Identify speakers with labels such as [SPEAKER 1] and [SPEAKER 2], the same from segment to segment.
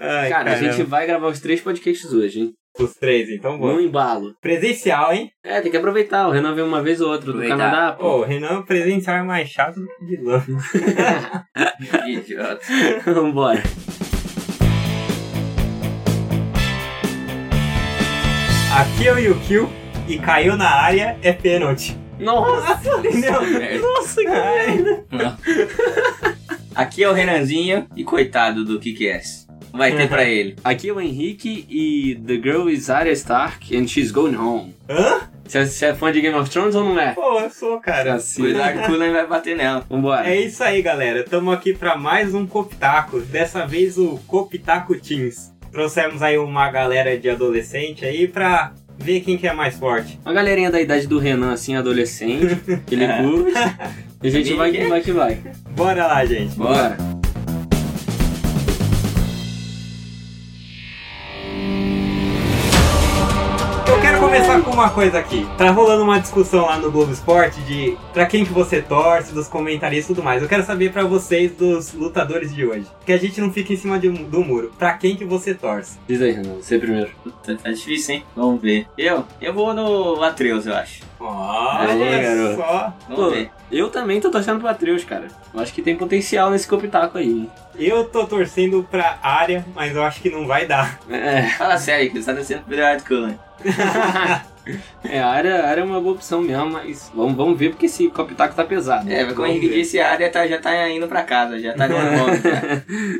[SPEAKER 1] Ai,
[SPEAKER 2] Cara, a
[SPEAKER 1] caramba.
[SPEAKER 2] gente vai gravar os três podcasts hoje, hein?
[SPEAKER 1] Os três, então
[SPEAKER 2] Num
[SPEAKER 1] bom.
[SPEAKER 2] embalo.
[SPEAKER 1] Presencial, hein?
[SPEAKER 2] É, tem que aproveitar. O Renan veio uma vez ou outra do
[SPEAKER 3] Aproveitar.
[SPEAKER 2] Canadá.
[SPEAKER 1] Pô, o Renan presencial é mais chato do que de lã.
[SPEAKER 3] Que idiota.
[SPEAKER 2] Oh. Vambora.
[SPEAKER 1] Aqui é o Yukio e caiu na área é pênalti.
[SPEAKER 2] Nossa!
[SPEAKER 1] Entendeu?
[SPEAKER 3] Merda.
[SPEAKER 2] Nossa, que merda!
[SPEAKER 3] Aqui é o Renanzinho e coitado do que que é. Vai ter pra ele.
[SPEAKER 2] Aqui é o Henrique e The Girl is Arya Stark and She's Going Home.
[SPEAKER 1] Hã?
[SPEAKER 2] Você é- Você é fã de Game of Thrones ou não é?
[SPEAKER 1] Pô, eu sou, cara.
[SPEAKER 3] Cuidado que o Cullen vai bater nela.
[SPEAKER 2] Vambora.
[SPEAKER 1] É isso aí, galera. Estamos aqui para mais um Copitaco. Dessa vez o Copitaco Teens. Trouxemos aí uma galera de adolescente aí pra ver quem que é mais forte.
[SPEAKER 2] Uma galerinha da idade do Renan, assim, adolescente, que ele
[SPEAKER 3] É.
[SPEAKER 2] curte. E a gente vai que vai que vai.
[SPEAKER 1] Bora lá, gente.
[SPEAKER 3] Bora.
[SPEAKER 1] Eu quero começar com uma coisa aqui. Tá rolando uma discussão lá no Globo Esporte de pra quem que você torce, dos comentaristas e tudo mais. Eu quero saber pra vocês dos lutadores de hoje. Que a gente não fica em cima de um- do muro. Pra quem que você torce?
[SPEAKER 2] Diz aí, Renan, você primeiro.
[SPEAKER 3] Tá, tá difícil, hein? Vamos ver. Eu? Eu vou no Atreus, eu acho.
[SPEAKER 1] Olha
[SPEAKER 2] Aí, garoto.
[SPEAKER 1] só.
[SPEAKER 3] Vamos
[SPEAKER 2] Pô.
[SPEAKER 3] ver.
[SPEAKER 2] Eu também tô torcendo pro Atreus, cara. Eu acho que tem potencial nesse copitaco aí. hein?
[SPEAKER 1] Eu tô torcendo pra área, mas eu acho que não vai dar.
[SPEAKER 2] É.
[SPEAKER 3] Fala sério, que você tá descendo pro Eduardo Cullen.
[SPEAKER 2] É, a área, a área é uma boa opção mesmo, mas vamos, vamos ver porque esse copitaco tá pesado.
[SPEAKER 3] É, mas como o
[SPEAKER 1] Vamos
[SPEAKER 3] Henrique
[SPEAKER 1] ver.
[SPEAKER 3] disse, a área tá, já tá indo pra casa, já tá no nome.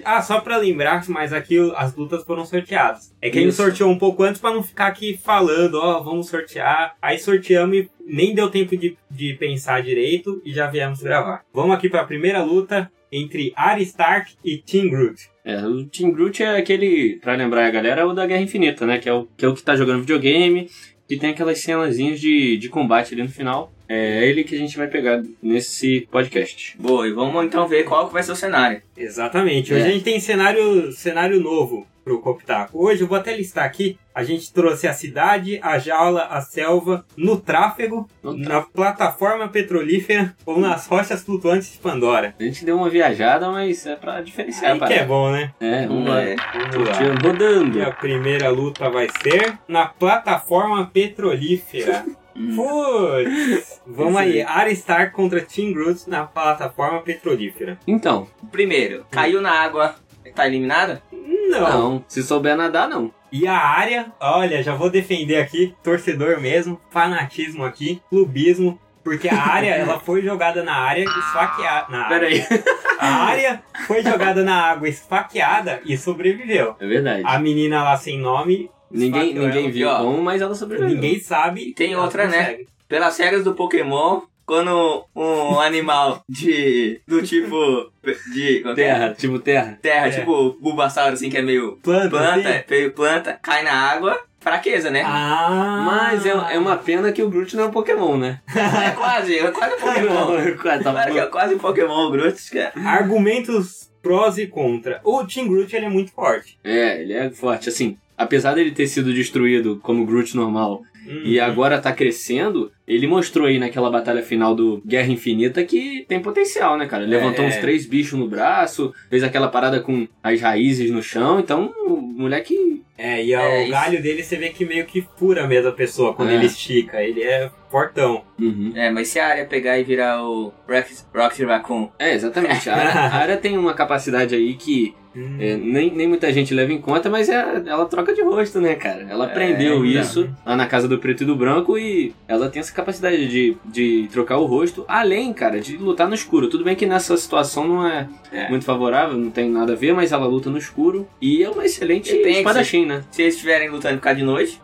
[SPEAKER 1] Ah, só pra lembrar, mas aqui o- as lutas foram sorteadas. É que a gente
[SPEAKER 2] Isso.
[SPEAKER 1] sorteou um pouco antes pra não ficar aqui falando, ó, vamos sortear. Aí sorteamos e nem deu tempo de, de pensar direito e já viemos gravar. Vamos aqui pra primeira luta entre Arya Stark e Team Groot.
[SPEAKER 2] É, o Team Groot é aquele, pra lembrar a galera, é o da Guerra Infinita, né? Que é o que, é o que tá jogando videogame e tem aquelas cenazinhas de, de combate ali no final. É ele que a gente vai pegar nesse podcast.
[SPEAKER 3] Boa, e vamos então ver qual que vai ser o cenário.
[SPEAKER 1] Exatamente. Hoje
[SPEAKER 2] É.
[SPEAKER 1] a gente tem cenário, cenário novo pro Coptaco. Hoje eu vou até listar aqui. A gente trouxe a cidade, a jaula, a selva, no tráfego,
[SPEAKER 2] No
[SPEAKER 1] na plataforma petrolífera ou nas rochas flutuantes de Pandora.
[SPEAKER 2] A gente deu uma viajada, mas é pra diferenciar,
[SPEAKER 1] Aí que é
[SPEAKER 2] parada.
[SPEAKER 1] bom, né?
[SPEAKER 2] É, vamos lá.
[SPEAKER 3] É,
[SPEAKER 1] Vamos lá.
[SPEAKER 2] Curtindo, rodando.
[SPEAKER 1] E a primeira luta vai ser na plataforma petrolífera.
[SPEAKER 3] hum,
[SPEAKER 1] Putz! Vamos
[SPEAKER 3] Esse
[SPEAKER 1] aí,
[SPEAKER 3] aí.
[SPEAKER 1] Arya Stark contra Team Groot na plataforma petrolífera.
[SPEAKER 2] Então,
[SPEAKER 3] Primeiro, caiu na água, tá eliminada?
[SPEAKER 1] Não.
[SPEAKER 2] não, se souber nadar, não.
[SPEAKER 1] E a área, olha, já vou defender aqui, torcedor mesmo, fanatismo aqui, clubismo, porque a área, ela foi jogada na área, esfaqueada. Na área.
[SPEAKER 2] Peraí.
[SPEAKER 1] A área foi jogada na água, esfaqueada e sobreviveu.
[SPEAKER 2] É verdade.
[SPEAKER 1] A menina lá sem nome,
[SPEAKER 2] Ninguém,
[SPEAKER 1] esfaqueou
[SPEAKER 2] ninguém
[SPEAKER 1] ela.
[SPEAKER 2] viu
[SPEAKER 3] ó.
[SPEAKER 2] como, mas ela sobreviveu.
[SPEAKER 1] Ninguém sabe.
[SPEAKER 3] E tem
[SPEAKER 1] ela
[SPEAKER 3] outra, né?
[SPEAKER 1] consegue.
[SPEAKER 3] Pelas regras do Pokémon, quando um animal de. do tipo. de. como é que é?
[SPEAKER 2] Terra, tipo terra.
[SPEAKER 3] Terra,
[SPEAKER 1] É.
[SPEAKER 3] tipo o Bulbasauro, assim, que é meio
[SPEAKER 1] Planta,
[SPEAKER 3] planta,
[SPEAKER 1] assim?
[SPEAKER 3] é meio planta, cai na água, fraqueza, né?
[SPEAKER 1] Ah,
[SPEAKER 2] Mas é, é uma pena que o Groot não é um Pokémon, né?
[SPEAKER 3] É quase, é quase um Pokémon.
[SPEAKER 2] Quase, tá
[SPEAKER 3] Claro que é quase um Pokémon, o Groot, cara.
[SPEAKER 1] Argumentos prós e contra. O Team Groot ele é muito forte.
[SPEAKER 2] É, ele é forte. Assim, apesar dele ter sido destruído como Groot normal
[SPEAKER 3] Hum.
[SPEAKER 2] e agora tá crescendo, ele mostrou aí naquela batalha final do Guerra Infinita que tem potencial, né, cara? Levantou
[SPEAKER 1] É.
[SPEAKER 2] uns três bichos no braço, fez aquela parada com as raízes no chão, então o moleque.
[SPEAKER 1] É, e
[SPEAKER 3] É,
[SPEAKER 1] o
[SPEAKER 3] isso.
[SPEAKER 1] galho dele você vê que meio que fura mesmo a pessoa quando
[SPEAKER 2] É.
[SPEAKER 1] ele estica. Ele é fortão.
[SPEAKER 2] Uhum.
[SPEAKER 3] É, mas se a área pegar e virar o Rock- Rocket Raccoon,
[SPEAKER 2] É, exatamente. A área, a área tem uma capacidade aí que
[SPEAKER 3] Hum.
[SPEAKER 2] é, nem, nem muita gente leva em conta, mas é- ela troca de rosto, né, cara? Ela
[SPEAKER 3] É,
[SPEAKER 2] aprendeu
[SPEAKER 3] então.
[SPEAKER 2] isso lá na casa do preto e do branco e ela tem essa capacidade de, de trocar o rosto, além, cara, de lutar no escuro. Tudo bem que nessa situação não é,
[SPEAKER 3] É.
[SPEAKER 2] muito favorável, não tem nada a ver, mas ela luta no escuro e é uma excelente
[SPEAKER 3] E tem que
[SPEAKER 2] espadachim, né?
[SPEAKER 3] se eles estiverem lutando por causa de noite,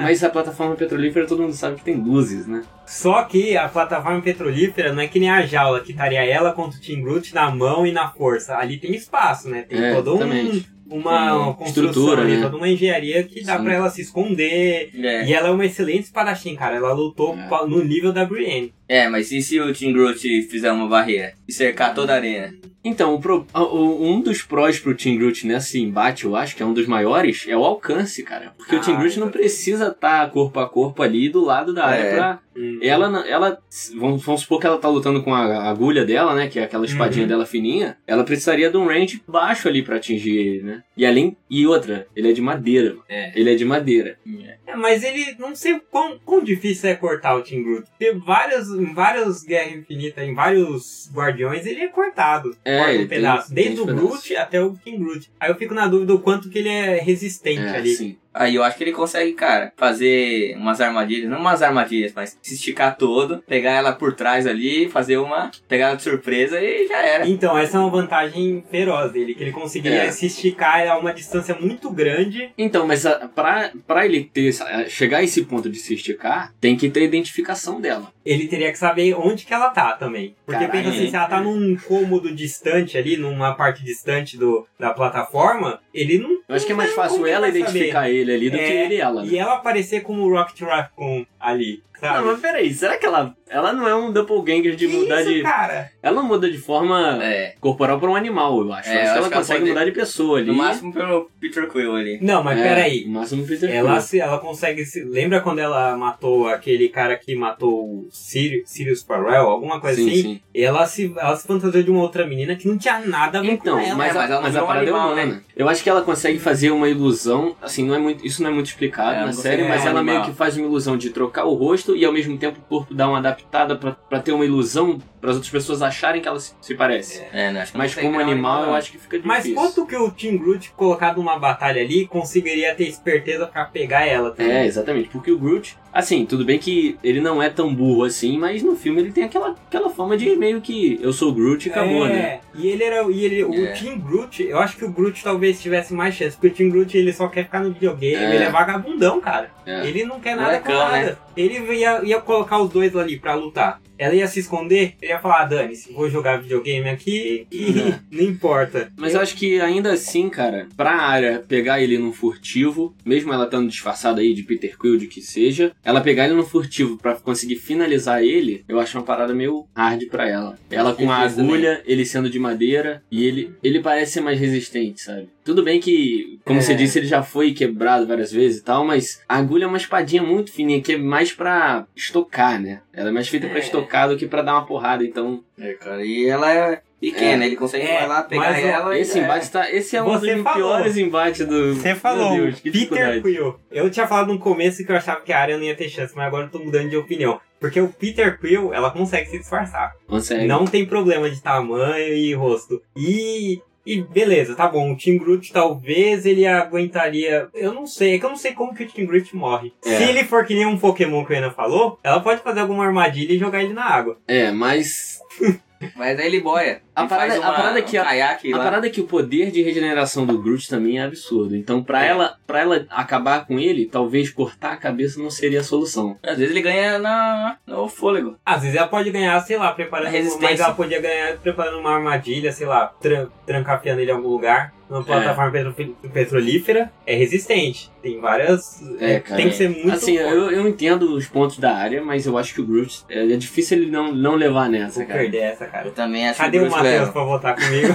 [SPEAKER 2] mas a plataforma petrolífera todo mundo sabe que tem luzes, né?
[SPEAKER 1] Só que a plataforma petrolífera não é que nem a jaula, que estaria ela contra o Team Groot na mão e na força. Ali tem espaço, né? Tem
[SPEAKER 2] É,
[SPEAKER 1] todo um,
[SPEAKER 2] exatamente.
[SPEAKER 1] uma, uma
[SPEAKER 2] Hum,
[SPEAKER 1] construção
[SPEAKER 2] estrutura,
[SPEAKER 1] ali,
[SPEAKER 2] né?
[SPEAKER 1] toda uma engenharia que dá
[SPEAKER 2] Sim.
[SPEAKER 1] pra ela se esconder.
[SPEAKER 3] é,
[SPEAKER 1] E ela é uma excelente espadachim, cara. Ela lutou
[SPEAKER 2] É.
[SPEAKER 1] pa- no nível da Brienne.
[SPEAKER 3] É, mas e se o Team Groot fizer uma barreira e cercar toda a arena?
[SPEAKER 2] Então, o pro- a- o- um dos prós pro Team Groot nesse embate, eu acho que é um dos maiores, é o alcance, cara. Porque o
[SPEAKER 1] Ah,
[SPEAKER 2] Team Groot não precisa estar corpo a corpo ali do lado da área
[SPEAKER 3] É.
[SPEAKER 2] pra Ela, na- ela vamos, vamos supor que ela tá lutando com a agulha dela, né? Que é aquela espadinha
[SPEAKER 1] Uhum.
[SPEAKER 2] dela fininha. Ela precisaria de um range baixo ali pra atingir ele, né? E além. E outra, ele é de madeira.
[SPEAKER 3] É.
[SPEAKER 2] Ele é de madeira.
[SPEAKER 1] É, mas ele, não sei o quão, quão difícil é cortar o Team Groot. Porque várias, em várias Guerras Infinitas, em vários Guardiões, ele é cortado.
[SPEAKER 2] É,
[SPEAKER 1] corta
[SPEAKER 2] ele
[SPEAKER 1] um
[SPEAKER 2] tem-
[SPEAKER 1] pedaço.
[SPEAKER 2] tem
[SPEAKER 1] desde
[SPEAKER 2] esse
[SPEAKER 1] o
[SPEAKER 2] pedaço.
[SPEAKER 1] Groot até o Team Groot. Aí eu fico na dúvida o quanto que ele é resistente
[SPEAKER 2] É,
[SPEAKER 1] ali.
[SPEAKER 2] sim.
[SPEAKER 3] Aí eu acho que ele consegue, cara, fazer umas armadilhas, não umas armadilhas, mas se esticar todo, pegar ela por trás ali, fazer uma. pegar ela de surpresa e já era.
[SPEAKER 1] Então, essa é uma vantagem feroz dele, que ele conseguiria
[SPEAKER 2] É.
[SPEAKER 1] se esticar a uma distância muito grande.
[SPEAKER 2] Então, mas a, pra, pra ele ter, essa- chegar a esse ponto de se esticar, tem que ter a identificação dela.
[SPEAKER 1] Ele teria que saber onde que ela tá também. Porque
[SPEAKER 2] Caralho,
[SPEAKER 1] pensa assim,
[SPEAKER 2] hein?
[SPEAKER 1] se ela tá num cômodo distante ali, numa parte distante do, da plataforma, ele não.
[SPEAKER 2] Eu acho que é mais
[SPEAKER 1] não tem
[SPEAKER 2] fácil
[SPEAKER 1] como ele
[SPEAKER 2] ela
[SPEAKER 1] vai saber.
[SPEAKER 2] identificar ele ali do
[SPEAKER 1] É,
[SPEAKER 2] que ele e ela, né?
[SPEAKER 1] E ela aparecer como o Rocket Raccoon ali,
[SPEAKER 2] Não,
[SPEAKER 1] sabe?
[SPEAKER 2] mas peraí, será que ela, ela não é um doppelganger de
[SPEAKER 1] Que
[SPEAKER 2] mudar
[SPEAKER 1] isso,
[SPEAKER 2] de.
[SPEAKER 1] cara?
[SPEAKER 2] Ela muda de forma
[SPEAKER 3] É.
[SPEAKER 2] corporal pra um animal, eu acho.
[SPEAKER 3] É, eu
[SPEAKER 2] Se
[SPEAKER 3] acho
[SPEAKER 2] ela
[SPEAKER 3] que ela
[SPEAKER 2] consegue
[SPEAKER 3] pode-
[SPEAKER 2] mudar de pessoa ali.
[SPEAKER 3] No máximo pelo Peter Quill ali.
[SPEAKER 1] Não, mas
[SPEAKER 2] É,
[SPEAKER 1] peraí.
[SPEAKER 2] No máximo Peter
[SPEAKER 1] Ela,
[SPEAKER 2] Quill.
[SPEAKER 1] se, ela consegue se. Lembra quando ela matou aquele cara que matou o Sir- Sirius Farrell? Alguma coisa
[SPEAKER 2] sim,
[SPEAKER 1] assim?
[SPEAKER 2] sim.
[SPEAKER 1] Ela se, ela se fantasiou de uma outra menina que não tinha nada a ver
[SPEAKER 2] Então,
[SPEAKER 1] com ela.
[SPEAKER 2] mas,
[SPEAKER 3] né? Mas
[SPEAKER 2] a,
[SPEAKER 3] ela
[SPEAKER 2] mas
[SPEAKER 3] não
[SPEAKER 2] a
[SPEAKER 3] é um
[SPEAKER 2] parada é
[SPEAKER 3] animal,
[SPEAKER 2] humana.
[SPEAKER 1] né?
[SPEAKER 2] Eu acho que ela consegue fazer uma ilusão, assim, não é muito, isso não é muito explicado
[SPEAKER 3] É,
[SPEAKER 2] na
[SPEAKER 3] não
[SPEAKER 2] série,
[SPEAKER 1] sei,
[SPEAKER 2] mas
[SPEAKER 1] é
[SPEAKER 2] ela meio
[SPEAKER 3] animal.
[SPEAKER 2] que faz uma ilusão de trocar o rosto e ao mesmo tempo o corpo dá uma adaptada pra- pra ter uma ilusão para as outras pessoas acharem que ela se, se parece.
[SPEAKER 3] É, né? Acho que
[SPEAKER 2] Mas
[SPEAKER 3] não tem
[SPEAKER 2] como
[SPEAKER 3] grau
[SPEAKER 2] animal,
[SPEAKER 3] nenhum.
[SPEAKER 2] então, eu acho que fica
[SPEAKER 1] Mas
[SPEAKER 2] difícil.
[SPEAKER 1] quanto que o Team Groot colocado numa batalha ali conseguiria ter esperteza pra pegar ela tá
[SPEAKER 2] É,
[SPEAKER 1] também?
[SPEAKER 2] exatamente, porque o Groot, assim, tudo bem que ele não é tão burro assim, mas no filme ele tem aquela, aquela fama de meio que eu sou o Groot e acabou,
[SPEAKER 1] É,
[SPEAKER 2] né?
[SPEAKER 1] E ele era. E ele,
[SPEAKER 3] É.
[SPEAKER 1] O Team Groot, eu acho que o Groot talvez tivesse mais chance, porque o Team Groot ele só quer ficar no videogame,
[SPEAKER 2] É.
[SPEAKER 1] ele é vagabundão, cara.
[SPEAKER 2] É.
[SPEAKER 1] Ele não quer nada com
[SPEAKER 3] Molecão,
[SPEAKER 1] nada.
[SPEAKER 3] né?
[SPEAKER 1] Ele ia, ia colocar os dois ali pra lutar. Ela ia se esconder, ele ia falar, "Ah, dane-se, vou jogar videogame aqui e
[SPEAKER 2] É.
[SPEAKER 1] não importa.
[SPEAKER 2] Mas eu acho que ainda assim, cara, pra área pegar ele num furtivo, mesmo ela estando disfarçada aí de Peter Quill, de que seja, ela pegar ele num furtivo pra conseguir finalizar ele, eu acho uma parada meio hard pra ela. Ela com a
[SPEAKER 3] Difícil, né?
[SPEAKER 2] agulha, ele sendo de madeira, e ele, ele parece ser mais resistente, sabe? Tudo bem que, como
[SPEAKER 1] É.
[SPEAKER 2] você disse, ele já foi quebrado várias vezes e tal, mas a agulha é uma espadinha muito fininha, que é mais pra estocar, né? Ela é mais feita pra
[SPEAKER 3] É.
[SPEAKER 2] estocar do que pra dar uma porrada, então...
[SPEAKER 3] É, cara, e ela é pequena, ele consegue
[SPEAKER 1] É,
[SPEAKER 3] vai lá pegar
[SPEAKER 1] mas o-
[SPEAKER 3] ela e
[SPEAKER 2] Esse
[SPEAKER 3] já
[SPEAKER 2] embate tá. Esse é um
[SPEAKER 1] Você
[SPEAKER 2] dos
[SPEAKER 1] falou.
[SPEAKER 2] piores embates do.
[SPEAKER 1] Você falou,
[SPEAKER 2] Meu Deus, que
[SPEAKER 1] Peter
[SPEAKER 2] dificuldade.
[SPEAKER 1] Quill. Eu tinha falado no começo que eu achava que a área não ia ter chance, mas agora eu tô mudando de opinião. Porque o Peter Quill, ela consegue se disfarçar.
[SPEAKER 2] Consegue.
[SPEAKER 1] Não tem problema de tamanho e rosto. E. E beleza, tá bom. O Team Groot talvez ele aguentaria. Eu não sei, é que eu não sei como que o Team Groot morre.
[SPEAKER 2] É.
[SPEAKER 1] Se ele for que nem um Pokémon que o Ana falou, ela pode fazer alguma armadilha e jogar ele na água.
[SPEAKER 2] É, mas.
[SPEAKER 3] é. Mas aí ele boia.
[SPEAKER 2] A
[SPEAKER 3] Ele
[SPEAKER 2] parada-
[SPEAKER 3] faz
[SPEAKER 2] a
[SPEAKER 3] uma,
[SPEAKER 2] parada que
[SPEAKER 3] um
[SPEAKER 2] a-
[SPEAKER 3] caiaque
[SPEAKER 2] A
[SPEAKER 3] lá.
[SPEAKER 2] parada é que o poder de regeneração do Groot também é absurdo. Então, pra,
[SPEAKER 3] É.
[SPEAKER 2] ela, pra ela acabar com ele, talvez cortar a cabeça não seria a solução.
[SPEAKER 3] Às vezes ele ganha na, no fôlego.
[SPEAKER 1] Às vezes ela pode ganhar, sei lá, preparando. um-
[SPEAKER 3] Resistência.
[SPEAKER 1] Mas ela podia ganhar preparando uma armadilha, sei lá, tran trancafiando ele em algum lugar.
[SPEAKER 3] É.
[SPEAKER 1] Numa plataforma petro- petrolífera. É resistente. Tem várias.
[SPEAKER 2] É, cara.
[SPEAKER 1] Tem que ser muito.
[SPEAKER 2] assim,
[SPEAKER 1] forte.
[SPEAKER 2] eu, eu entendo os pontos da área, mas eu acho que o Groot. É, é difícil ele não, não levar nessa,
[SPEAKER 1] Vou
[SPEAKER 2] cara.
[SPEAKER 1] perder essa, cara.
[SPEAKER 3] Eu também acho
[SPEAKER 1] Cadê
[SPEAKER 3] que
[SPEAKER 1] o
[SPEAKER 3] Bruce
[SPEAKER 1] Matheus
[SPEAKER 3] leva.
[SPEAKER 1] pra votar comigo?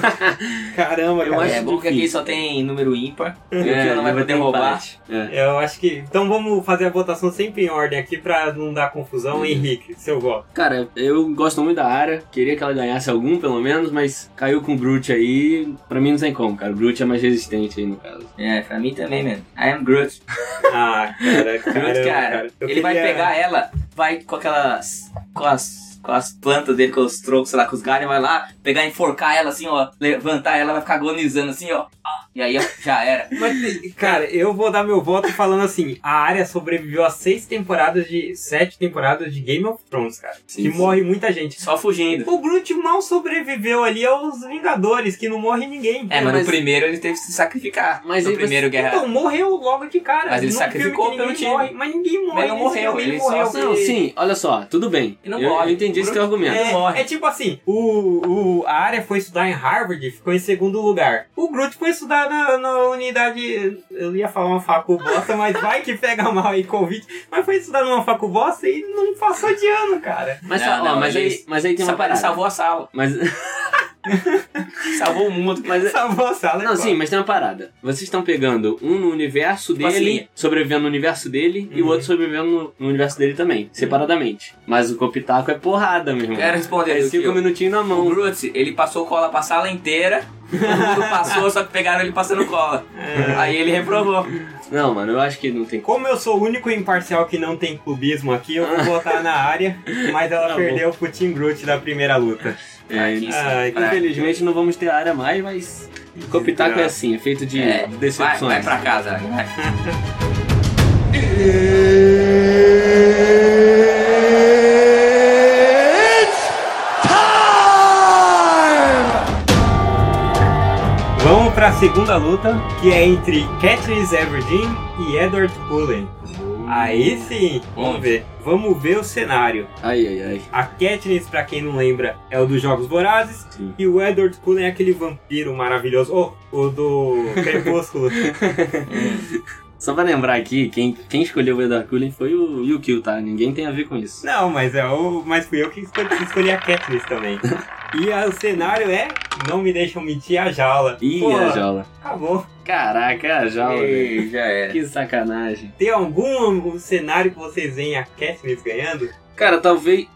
[SPEAKER 1] Caramba,
[SPEAKER 2] Eu
[SPEAKER 1] cara.
[SPEAKER 2] acho
[SPEAKER 3] É bom que aqui
[SPEAKER 2] difícil.
[SPEAKER 3] só tem número ímpar.
[SPEAKER 2] É,
[SPEAKER 3] o que não vai poder
[SPEAKER 2] ter
[SPEAKER 3] roubar.
[SPEAKER 2] empate. É.
[SPEAKER 1] Eu acho que. Então vamos fazer a votação sempre em ordem aqui pra não dar confusão.
[SPEAKER 2] Uhum.
[SPEAKER 1] Henrique, seu voto.
[SPEAKER 2] Cara, eu gosto muito da área, queria que ela ganhasse algum pelo menos, mas caiu com o Groot aí, pra mim não tem como, cara. O Groot é mais resistente aí no caso.
[SPEAKER 3] É, pra mim também, mano. I am Groot.
[SPEAKER 1] Ah, cara, caramba,
[SPEAKER 3] Groot, cara.
[SPEAKER 1] cara. Eu
[SPEAKER 3] Ele vai
[SPEAKER 1] queria-
[SPEAKER 3] pegar ela, vai com aquelas. com as. com as plantas dele, com os troncos, sei lá, com os galhos, vai lá, pegar, enforcar ela assim, ó, levantar ela, vai ficar agonizando assim, ó. Ah, E aí ó, já era.
[SPEAKER 1] Mas, cara, eu vou dar meu voto falando assim: a área sobreviveu a seis temporadas de. sete temporadas de Game of Thrones, cara.
[SPEAKER 2] Sim,
[SPEAKER 1] que
[SPEAKER 2] sim.
[SPEAKER 1] morre muita gente.
[SPEAKER 3] Só fugindo.
[SPEAKER 1] O Groot mal sobreviveu ali aos Vingadores, que não morre ninguém.
[SPEAKER 3] É, mas,
[SPEAKER 2] mas-
[SPEAKER 3] no primeiro ele teve que se sacrificar.
[SPEAKER 2] Mas
[SPEAKER 3] no
[SPEAKER 2] aí você-
[SPEAKER 3] primeiro guerra.
[SPEAKER 1] Então, morreu logo de cara.
[SPEAKER 3] Mas ele
[SPEAKER 1] Num
[SPEAKER 3] sacrificou
[SPEAKER 1] filme que
[SPEAKER 3] pelo
[SPEAKER 1] ninguém
[SPEAKER 3] time.
[SPEAKER 1] Morre, mas ninguém morre.
[SPEAKER 3] Mas não
[SPEAKER 1] nesse
[SPEAKER 3] morreu,
[SPEAKER 1] filme
[SPEAKER 3] ele só se-
[SPEAKER 2] Não, sim, olha só, tudo bem.
[SPEAKER 3] E não
[SPEAKER 2] eu,
[SPEAKER 3] morre.
[SPEAKER 2] eu entendi esse
[SPEAKER 3] O
[SPEAKER 2] teu argumento.
[SPEAKER 1] É,
[SPEAKER 3] morre.
[SPEAKER 1] é tipo assim, o, o, a área foi estudar em Harvard, ficou em segundo lugar. O Groot foi estudar na, na- na unidade. Eu ia falar uma facu bosta, mas vai que pega mal aí convite. Mas foi estudar numa facu bosta e não passou de ano, cara.
[SPEAKER 2] Mas,
[SPEAKER 3] Não,
[SPEAKER 2] sa- não,
[SPEAKER 3] ó,
[SPEAKER 2] mas, aí,
[SPEAKER 3] eles-
[SPEAKER 2] mas aí tem uma
[SPEAKER 3] Só para-
[SPEAKER 2] parada.
[SPEAKER 3] salvou a sala.
[SPEAKER 2] Mas,
[SPEAKER 3] Salvou o mundo.
[SPEAKER 2] mas,
[SPEAKER 1] Salvou a sala.
[SPEAKER 2] não,
[SPEAKER 1] é
[SPEAKER 2] sim, mas tem uma parada. Vocês estão pegando um no universo
[SPEAKER 3] Tipo
[SPEAKER 2] dele,
[SPEAKER 3] assim.
[SPEAKER 2] sobrevivendo no universo dele, e o
[SPEAKER 1] Uhum.
[SPEAKER 2] outro sobrevivendo no, no universo dele também,
[SPEAKER 3] Uhum.
[SPEAKER 2] separadamente. Mas o Copitaco é porrada, meu irmão.
[SPEAKER 3] Quero responder
[SPEAKER 2] É
[SPEAKER 3] do que
[SPEAKER 2] cinco
[SPEAKER 3] eu-
[SPEAKER 2] minutinhos na
[SPEAKER 3] O
[SPEAKER 2] mão.
[SPEAKER 3] Brutz, ele passou cola pra sala inteira. Todo mundo passou, só que pegaram ele passando cola. Aí ele reprovou.
[SPEAKER 2] Não, mano, eu acho que não tem
[SPEAKER 1] Como eu sou o único imparcial que não tem clubismo aqui, eu vou votar na área, mas ela
[SPEAKER 2] Tá bom.
[SPEAKER 1] perdeu pro Team Brute da primeira luta.
[SPEAKER 2] É,
[SPEAKER 3] Aqui,
[SPEAKER 1] Ai,
[SPEAKER 3] pra-
[SPEAKER 2] Infelizmente não vamos ter área mais, mas. O Copitaco é assim, é feito de
[SPEAKER 3] É, vai,
[SPEAKER 2] decepções.
[SPEAKER 3] vai pra casa. vai.
[SPEAKER 1] Vamos pra segunda luta, que é entre Catrice Everdeen e Edward Cullen. Aí sim, vamos
[SPEAKER 3] Uh, Onde?
[SPEAKER 1] ver. Vamos ver o cenário.
[SPEAKER 2] Ai, ai, ai.
[SPEAKER 1] A Katniss, pra quem não lembra, é o dos Jogos Vorazes.
[SPEAKER 2] Sim.
[SPEAKER 1] E o Edward Cullen é aquele vampiro maravilhoso. Oh, o do Crepúsculo.
[SPEAKER 2] Só pra lembrar aqui, quem, quem escolheu o Edward Cullen foi o Yukio, tá? Ninguém tem a ver com isso.
[SPEAKER 1] não, mas, é o, mas fui eu que escolhi, escolhi a Katniss também. E a- o cenário é Não Me Deixam Mentir a Jaula.
[SPEAKER 2] Ih,
[SPEAKER 1] Pô, tá
[SPEAKER 2] a jaula.
[SPEAKER 1] Acabou.
[SPEAKER 2] Caraca, a jaula, velho.
[SPEAKER 3] Ih, já era.
[SPEAKER 2] Que sacanagem.
[SPEAKER 1] Tem algum um cenário que vocês veem a Katniss ganhando?
[SPEAKER 2] Cara, talvez.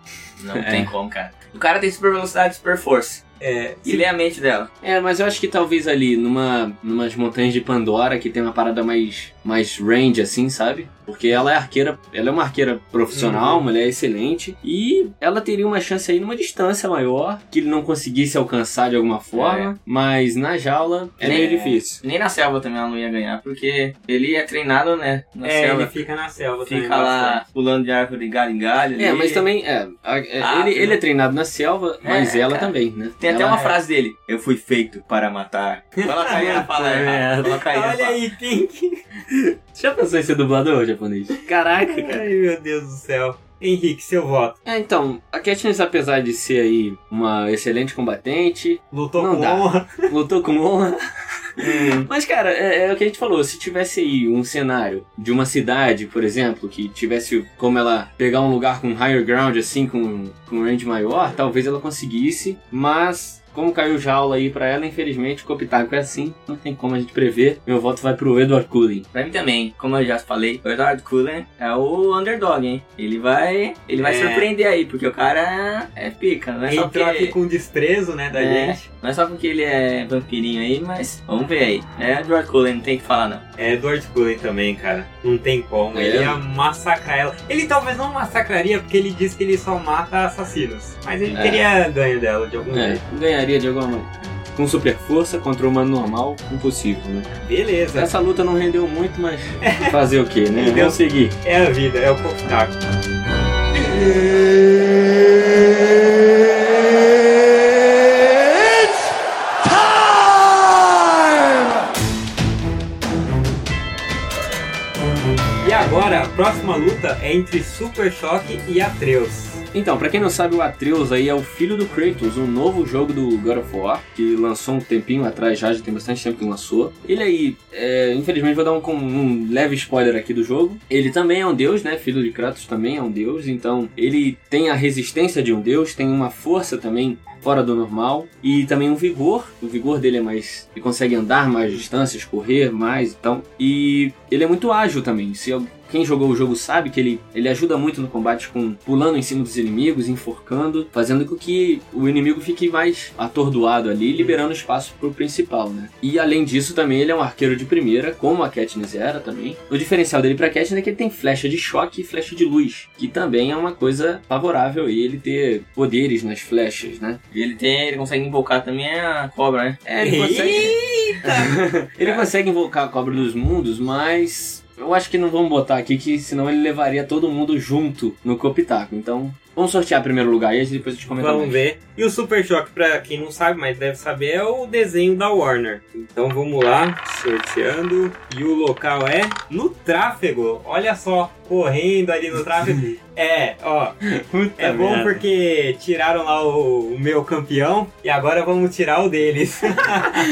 [SPEAKER 3] Não
[SPEAKER 2] É.
[SPEAKER 3] tem como, cara. O cara tem super velocidade, super força.
[SPEAKER 1] É,
[SPEAKER 3] E lê a mente dela.
[SPEAKER 2] É, mas eu acho que talvez ali, numa, numas montanhas de Pandora, que tem uma parada mais, mais range, assim, sabe? Porque ela é arqueira, ela é uma arqueira profissional,
[SPEAKER 1] Uhum.
[SPEAKER 2] mulher excelente, e ela teria uma chance aí numa distância maior, que ele não conseguisse alcançar de alguma forma, mas na jaula é meio
[SPEAKER 3] Nem-
[SPEAKER 2] difícil.
[SPEAKER 3] Nem na selva também ela não ia ganhar, porque ele é treinado, né? Na
[SPEAKER 1] é,
[SPEAKER 3] selva.
[SPEAKER 1] ele fica na selva também.
[SPEAKER 3] Fica lá pulando de árvore de galho em galho.
[SPEAKER 2] É,
[SPEAKER 3] ali.
[SPEAKER 2] mas também, é, a- é,
[SPEAKER 3] Ah,
[SPEAKER 2] ele,
[SPEAKER 3] sim.
[SPEAKER 2] ele é treinado na selva, mas ela
[SPEAKER 3] cara.
[SPEAKER 2] também, né?
[SPEAKER 3] Tem até
[SPEAKER 2] Ela-
[SPEAKER 3] uma frase dele. Eu fui feito para matar. é. Coloca aí a fala errada. Coloca aí é a
[SPEAKER 1] Olha
[SPEAKER 3] fala.
[SPEAKER 1] aí, Pink.
[SPEAKER 2] Já pensou em ser dublador japonês? Caraca, cara.
[SPEAKER 1] Ai, meu Deus do céu. Henrique, seu voto.
[SPEAKER 2] É, então, a Katniss, apesar de ser aí uma excelente combatente,
[SPEAKER 1] Lutou
[SPEAKER 2] Não
[SPEAKER 1] com
[SPEAKER 2] dá.
[SPEAKER 1] honra.
[SPEAKER 2] lutou com honra.
[SPEAKER 3] Hum.
[SPEAKER 2] Mas, cara, é, é o que a gente falou. Se tivesse aí um cenário de uma cidade, por exemplo, que tivesse como ela pegar um lugar com higher ground, assim, com, com um range maior, talvez ela conseguisse, mas... Como caiu jaula aí pra ela, infelizmente, o Copitaco é assim, não tem como a gente prever. Meu voto vai pro Edward Cullen.
[SPEAKER 3] Pra mim também, como eu já falei, o Edward Cullen é o underdog, hein? Ele vai. Ele vai
[SPEAKER 1] É.
[SPEAKER 3] surpreender aí, porque o cara é pica, não é só
[SPEAKER 1] Entrou aqui
[SPEAKER 3] porque.
[SPEAKER 1] com desprezo, né, da
[SPEAKER 3] É.
[SPEAKER 1] gente.
[SPEAKER 3] Não é só porque ele é vampirinho aí, mas vamos ver aí. É Edward Cullen, não tem o que falar não.
[SPEAKER 1] É Edward Cullen também, cara. Não tem como.
[SPEAKER 2] É.
[SPEAKER 1] Ele ia massacrar ela. Ele talvez não massacraria, porque ele diz que ele só mata assassinos. Mas ele
[SPEAKER 2] É.
[SPEAKER 1] teria ganho dela de algum jeito.
[SPEAKER 2] É, ganharia de alguma maneira. Com super força contra o humano normal, impossível, né?
[SPEAKER 1] Beleza.
[SPEAKER 2] Essa luta não rendeu muito, mas fazer o quê, né?
[SPEAKER 1] Entendeu?
[SPEAKER 2] Vamos seguir.
[SPEAKER 1] É a vida, é o Poptaco. E agora, a próxima luta é entre Super Choque e Atreus.
[SPEAKER 2] Então, pra quem não sabe, o Atreus aí é o filho do Kratos, um novo jogo do God of War, que lançou um tempinho atrás já, já tem bastante tempo que lançou. Ele aí, é, infelizmente vou dar um, com- um leve spoiler aqui do jogo. Ele também é um deus, né? Filho de Kratos também é um deus, então ele tem a resistência de um deus, tem uma força também fora do normal e também um vigor. O vigor dele é mais. Ele consegue andar mais distâncias, correr mais então. E ele é muito ágil também. Se al- quem jogou o jogo sabe que ele, ele ajuda muito no combate com pulando em cima dos inimigos, enforcando, fazendo com que o inimigo fique mais atordoado ali, liberando espaço pro principal, né? E além disso também ele é um arqueiro de primeira, como a Katniss era também. O diferencial dele pra Katniss é que ele tem flecha de choque e flecha de luz, que também é uma coisa favorável a ele ter poderes nas flechas, né?
[SPEAKER 3] E ele tem. Ele consegue invocar também a cobra, né?
[SPEAKER 2] É, ele consegue, ele consegue invocar a cobra dos mundos, mas eu acho que não vamos botar aqui que senão ele levaria todo mundo junto no Copitaco. Então, Vamos sortear primeiro lugar e depois a gente comenta
[SPEAKER 1] Vamos
[SPEAKER 2] mais.
[SPEAKER 1] ver. E o Super Choque, pra quem não sabe, mas deve saber, é o desenho da Warner. Então vamos lá, sorteando. E o local é no tráfego. Olha só, correndo ali no tráfego. é, ó,
[SPEAKER 2] Puta
[SPEAKER 1] é bom
[SPEAKER 2] merda.
[SPEAKER 1] porque tiraram lá o, o meu campeão e agora vamos tirar o deles.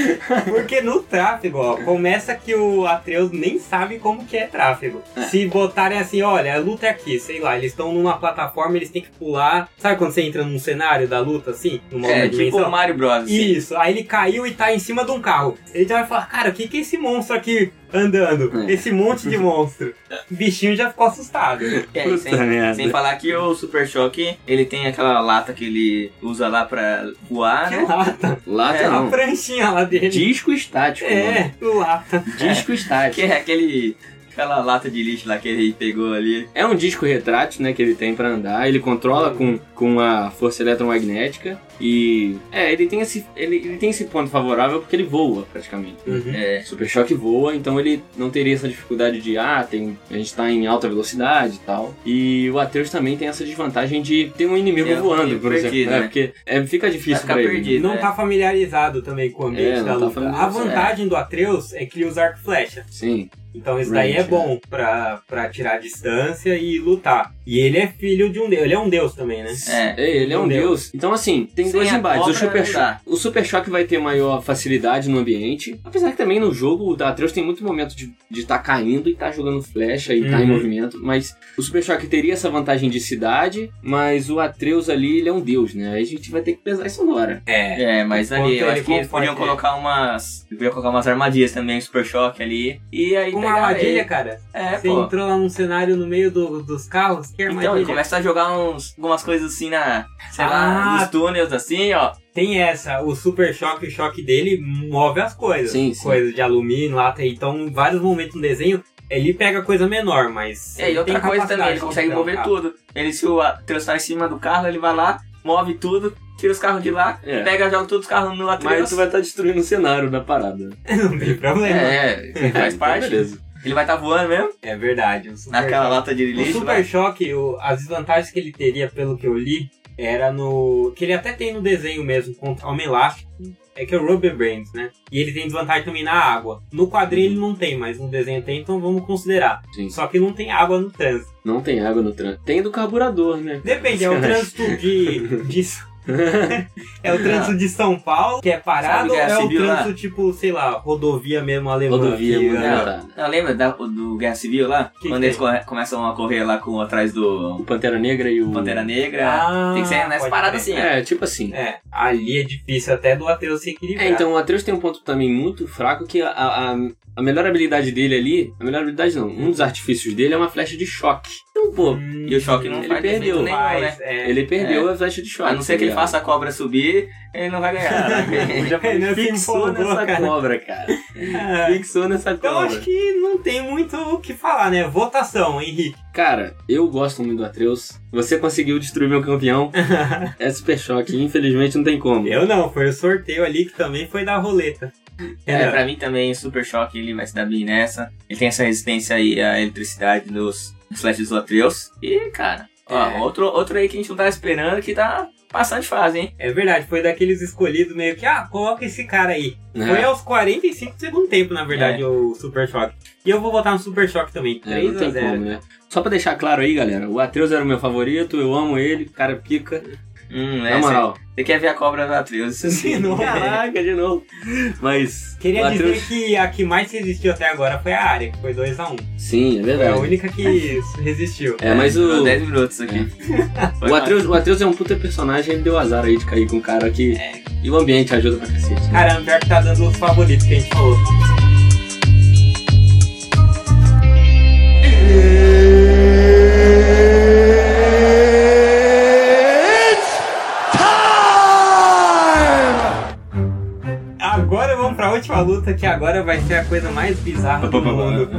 [SPEAKER 1] porque no tráfego, ó, começa que o Atreus nem sabe como que é tráfego. Se botarem assim, olha, a luta é aqui, sei lá, eles estão numa plataforma, eles têm que pular. Sabe quando você entra num cenário da luta, assim? Numa outra
[SPEAKER 3] É, tipo o
[SPEAKER 1] dimensão?
[SPEAKER 3] Mario Bros. assim.
[SPEAKER 1] Isso, aí ele caiu e tá em cima de um carro. Ele já vai falar, cara, o que, que é esse monstro aqui andando?
[SPEAKER 2] É.
[SPEAKER 1] Esse monte de monstro. O bichinho já ficou assustado.
[SPEAKER 3] E aí, É, sem,
[SPEAKER 2] Puta merda.
[SPEAKER 3] sem falar que o Super Choque, ele tem aquela lata que ele usa lá pra voar,
[SPEAKER 1] Que
[SPEAKER 3] né?
[SPEAKER 1] lata.
[SPEAKER 2] Lata
[SPEAKER 1] É a
[SPEAKER 2] não. Tipo,
[SPEAKER 1] pranchinha lá dele.
[SPEAKER 2] Disco estático, mano.
[SPEAKER 1] É, do lata.
[SPEAKER 2] Disco
[SPEAKER 3] Que
[SPEAKER 2] estático.
[SPEAKER 3] é aquele, aquela lata de lixo lá que ele pegou ali.
[SPEAKER 2] É um disco retrátil, né, que ele tem pra andar. Ele controla com, com a força eletromagnética e é, ele tem esse ele, ele tem esse ponto favorável porque ele voa praticamente.
[SPEAKER 3] É.
[SPEAKER 2] Super Choque voa, então ele não teria essa dificuldade de ah, tem a gente tá em alta velocidade e tal. E o Atreus também tem essa desvantagem de ter um inimigo
[SPEAKER 3] É, um
[SPEAKER 2] voando,
[SPEAKER 3] inimigo
[SPEAKER 2] por exemplo,
[SPEAKER 3] perdido,
[SPEAKER 2] né?
[SPEAKER 3] né?
[SPEAKER 2] Porque é, fica
[SPEAKER 3] Vai
[SPEAKER 2] difícil
[SPEAKER 3] ficar
[SPEAKER 2] pra ele.
[SPEAKER 3] perdido.
[SPEAKER 1] Não
[SPEAKER 3] né?
[SPEAKER 1] tá familiarizado também com o ambiente da
[SPEAKER 2] É, não tá
[SPEAKER 1] luta. a
[SPEAKER 2] familiarizado,
[SPEAKER 1] vantagem do Atreus é que ele usa arco e flecha.
[SPEAKER 2] Sim.
[SPEAKER 1] Então isso daí é
[SPEAKER 2] Range,
[SPEAKER 1] bom pra, pra tirar a distância e lutar. E ele é filho de um deus. Ele é um deus também, né?
[SPEAKER 3] É.
[SPEAKER 2] É, ele é um
[SPEAKER 1] Entendeu?
[SPEAKER 2] deus. Então, assim, tem
[SPEAKER 3] Sem
[SPEAKER 2] dois
[SPEAKER 3] a
[SPEAKER 2] embates. O
[SPEAKER 3] cobra,
[SPEAKER 2] Super,
[SPEAKER 3] não dá.
[SPEAKER 2] Choque, o Super Choque vai ter maior facilidade no ambiente. Apesar que também no jogo o Atreus tem muito momento de estar caindo e tá jogando flecha e tá em
[SPEAKER 1] Uhum.
[SPEAKER 2] movimento. Mas o Super Choque teria essa vantagem de cidade, mas o Atreus ali, ele é um deus, né? Aí a gente vai ter que pesar isso agora.
[SPEAKER 1] É.
[SPEAKER 3] É, mas ali
[SPEAKER 1] Enquanto
[SPEAKER 2] então
[SPEAKER 3] eu
[SPEAKER 1] ele
[SPEAKER 3] acho que eles
[SPEAKER 1] compõe-
[SPEAKER 3] podiam colocar umas. Podiam colocar umas armadilhas também, super choque ali. E aí
[SPEAKER 1] Uma
[SPEAKER 3] pegar
[SPEAKER 1] armadilha,
[SPEAKER 3] ele.
[SPEAKER 1] cara.
[SPEAKER 3] É,
[SPEAKER 1] Você
[SPEAKER 3] pô.
[SPEAKER 1] entrou lá num cenário no meio do- dos carros, que
[SPEAKER 3] Então,
[SPEAKER 1] armadilha.
[SPEAKER 3] ele começa a jogar uns, algumas coisas assim na. Sei lá,
[SPEAKER 1] Ah.
[SPEAKER 3] nos túneis assim, ó.
[SPEAKER 1] Tem essa, o super choque, o choque dele move as coisas.
[SPEAKER 2] Sim, sim.
[SPEAKER 1] Coisas de alumínio, lata. Então, em vários momentos no desenho, ele pega coisa menor, mas.
[SPEAKER 3] É, e
[SPEAKER 1] ele
[SPEAKER 3] outra
[SPEAKER 1] tem
[SPEAKER 3] coisa
[SPEAKER 1] capacidade
[SPEAKER 3] também, ele
[SPEAKER 1] de
[SPEAKER 3] consegue
[SPEAKER 1] tirar um
[SPEAKER 3] mover
[SPEAKER 1] carro.
[SPEAKER 3] tudo. Ele se o Atreus tá em cima do carro, ele vai lá, move tudo, tira os carros de lá,
[SPEAKER 2] É.
[SPEAKER 3] pega, joga todos os carros no
[SPEAKER 2] Mas
[SPEAKER 3] Atreus.
[SPEAKER 2] tu vai estar destruindo o cenário da parada.
[SPEAKER 1] Não tem problema.
[SPEAKER 3] É, faz
[SPEAKER 2] Então,
[SPEAKER 3] parte.
[SPEAKER 2] beleza.
[SPEAKER 3] Ele vai tá voando mesmo,
[SPEAKER 1] É verdade. O super
[SPEAKER 3] naquela lata de
[SPEAKER 1] choque, o
[SPEAKER 3] lixo. né?
[SPEAKER 1] super choque o- as desvantagens que ele teria, pelo que eu li, era no. que ele até tem no desenho mesmo, contra Homem Elástico. É que é o Rubber Brains, né? E ele tem desvantagem também na água. No quadrinho ele não tem, mas no desenho tem, então vamos considerar.
[SPEAKER 2] Sim.
[SPEAKER 1] Só que não tem água no trânsito.
[SPEAKER 2] Não tem água no trânsito. Tem do carburador, né?
[SPEAKER 1] Depende, é o trânsito de. de é o trânsito de São Paulo, que é parado,
[SPEAKER 3] Sabe que
[SPEAKER 1] ou
[SPEAKER 3] é
[SPEAKER 1] é o
[SPEAKER 3] civil lá?
[SPEAKER 1] trânsito tipo, sei lá, rodovia mesmo alemã.
[SPEAKER 2] Rodovia,
[SPEAKER 1] que,
[SPEAKER 2] mano.
[SPEAKER 1] né?
[SPEAKER 2] tá.
[SPEAKER 3] Não, Ah. lembra da- do Guerra Civil lá?
[SPEAKER 1] Que
[SPEAKER 3] Quando
[SPEAKER 1] que
[SPEAKER 3] eles
[SPEAKER 1] é?
[SPEAKER 3] corre- começam a correr lá com, atrás do
[SPEAKER 2] O Pantera Negra e o.
[SPEAKER 3] Pantera Negra.
[SPEAKER 1] Ah,
[SPEAKER 3] Tem que ser nessa
[SPEAKER 1] pode
[SPEAKER 3] parada
[SPEAKER 1] crer.
[SPEAKER 3] assim, ó.
[SPEAKER 2] É, tipo assim.
[SPEAKER 1] É, ali é difícil até do Atreus se equilibrar.
[SPEAKER 2] É, então o Atreus tem um ponto também muito fraco que a, a, a melhor habilidade dele ali. A melhor habilidade não, um dos artifícios dele é uma flecha de choque. Então, pô,
[SPEAKER 1] Hum,
[SPEAKER 3] E o choque não
[SPEAKER 2] Ele
[SPEAKER 3] faz defeito
[SPEAKER 2] perdeu.
[SPEAKER 3] nenhum, né?
[SPEAKER 1] faz, é.
[SPEAKER 2] ele perdeu
[SPEAKER 3] É.
[SPEAKER 2] a flecha de choque.
[SPEAKER 3] A não ser que ele
[SPEAKER 2] tá ligado?
[SPEAKER 3] faça a cobra subir, ele não vai ganhar. né?
[SPEAKER 2] Já
[SPEAKER 1] Ele se
[SPEAKER 2] fixou
[SPEAKER 1] empolgou,
[SPEAKER 2] nessa
[SPEAKER 1] cara.
[SPEAKER 2] cobra, cara.
[SPEAKER 1] Ah,
[SPEAKER 2] Fixou nessa
[SPEAKER 1] Eu
[SPEAKER 2] cobra.
[SPEAKER 1] acho que não tem muito o que falar, né? Votação, Henrique.
[SPEAKER 2] Cara, eu gosto muito do Atreus. Você conseguiu destruir meu campeão. é super choque. Infelizmente não tem como.
[SPEAKER 1] Eu não, foi o sorteio ali que também foi da roleta.
[SPEAKER 3] É,
[SPEAKER 1] Renan,
[SPEAKER 3] pra mim também, Super Choque, ele vai se dar bem nessa. Ele tem essa resistência aí à eletricidade dos flashes do Atreus. E, cara, ó,
[SPEAKER 1] É.
[SPEAKER 3] outro, outro aí que a gente não tá esperando que tá passando de fase, hein?
[SPEAKER 1] É verdade, foi daqueles escolhidos meio que, ah, coloca esse cara aí. Foi
[SPEAKER 2] né?
[SPEAKER 1] aos 45 do segundo tempo, na verdade, o Super Choque. E eu vou votar no Super Choque também,
[SPEAKER 2] É, não
[SPEAKER 1] 3 a
[SPEAKER 2] tem
[SPEAKER 1] 0
[SPEAKER 2] como, né? Só pra deixar claro aí, galera, o Atreus era o meu favorito, eu amo ele, cara pica.
[SPEAKER 3] Hum,
[SPEAKER 2] Na moral.
[SPEAKER 3] Você quer ver a cobra do Atreus?
[SPEAKER 1] De novo.
[SPEAKER 2] Caraca, de novo. Mas.
[SPEAKER 1] Queria
[SPEAKER 2] o Atreus-
[SPEAKER 1] dizer que a que mais resistiu até agora foi a área, que foi 2x1.
[SPEAKER 2] Sim, é
[SPEAKER 1] Foi a
[SPEAKER 2] verdade.
[SPEAKER 1] única que resistiu.
[SPEAKER 2] É, mas
[SPEAKER 3] Durou
[SPEAKER 2] o.
[SPEAKER 3] 10 minutos aqui. Foi
[SPEAKER 2] O
[SPEAKER 3] mal.
[SPEAKER 2] Atreus, o Atreus é um puta personagem, ele deu azar aí de cair com um cara que.
[SPEAKER 1] É.
[SPEAKER 2] E o ambiente ajuda pra cacete. né?
[SPEAKER 1] Caramba, pior que tá dando os favoritos que a gente falou. Agora vamos pra última luta, que agora vai ser a coisa mais bizarra do mundo.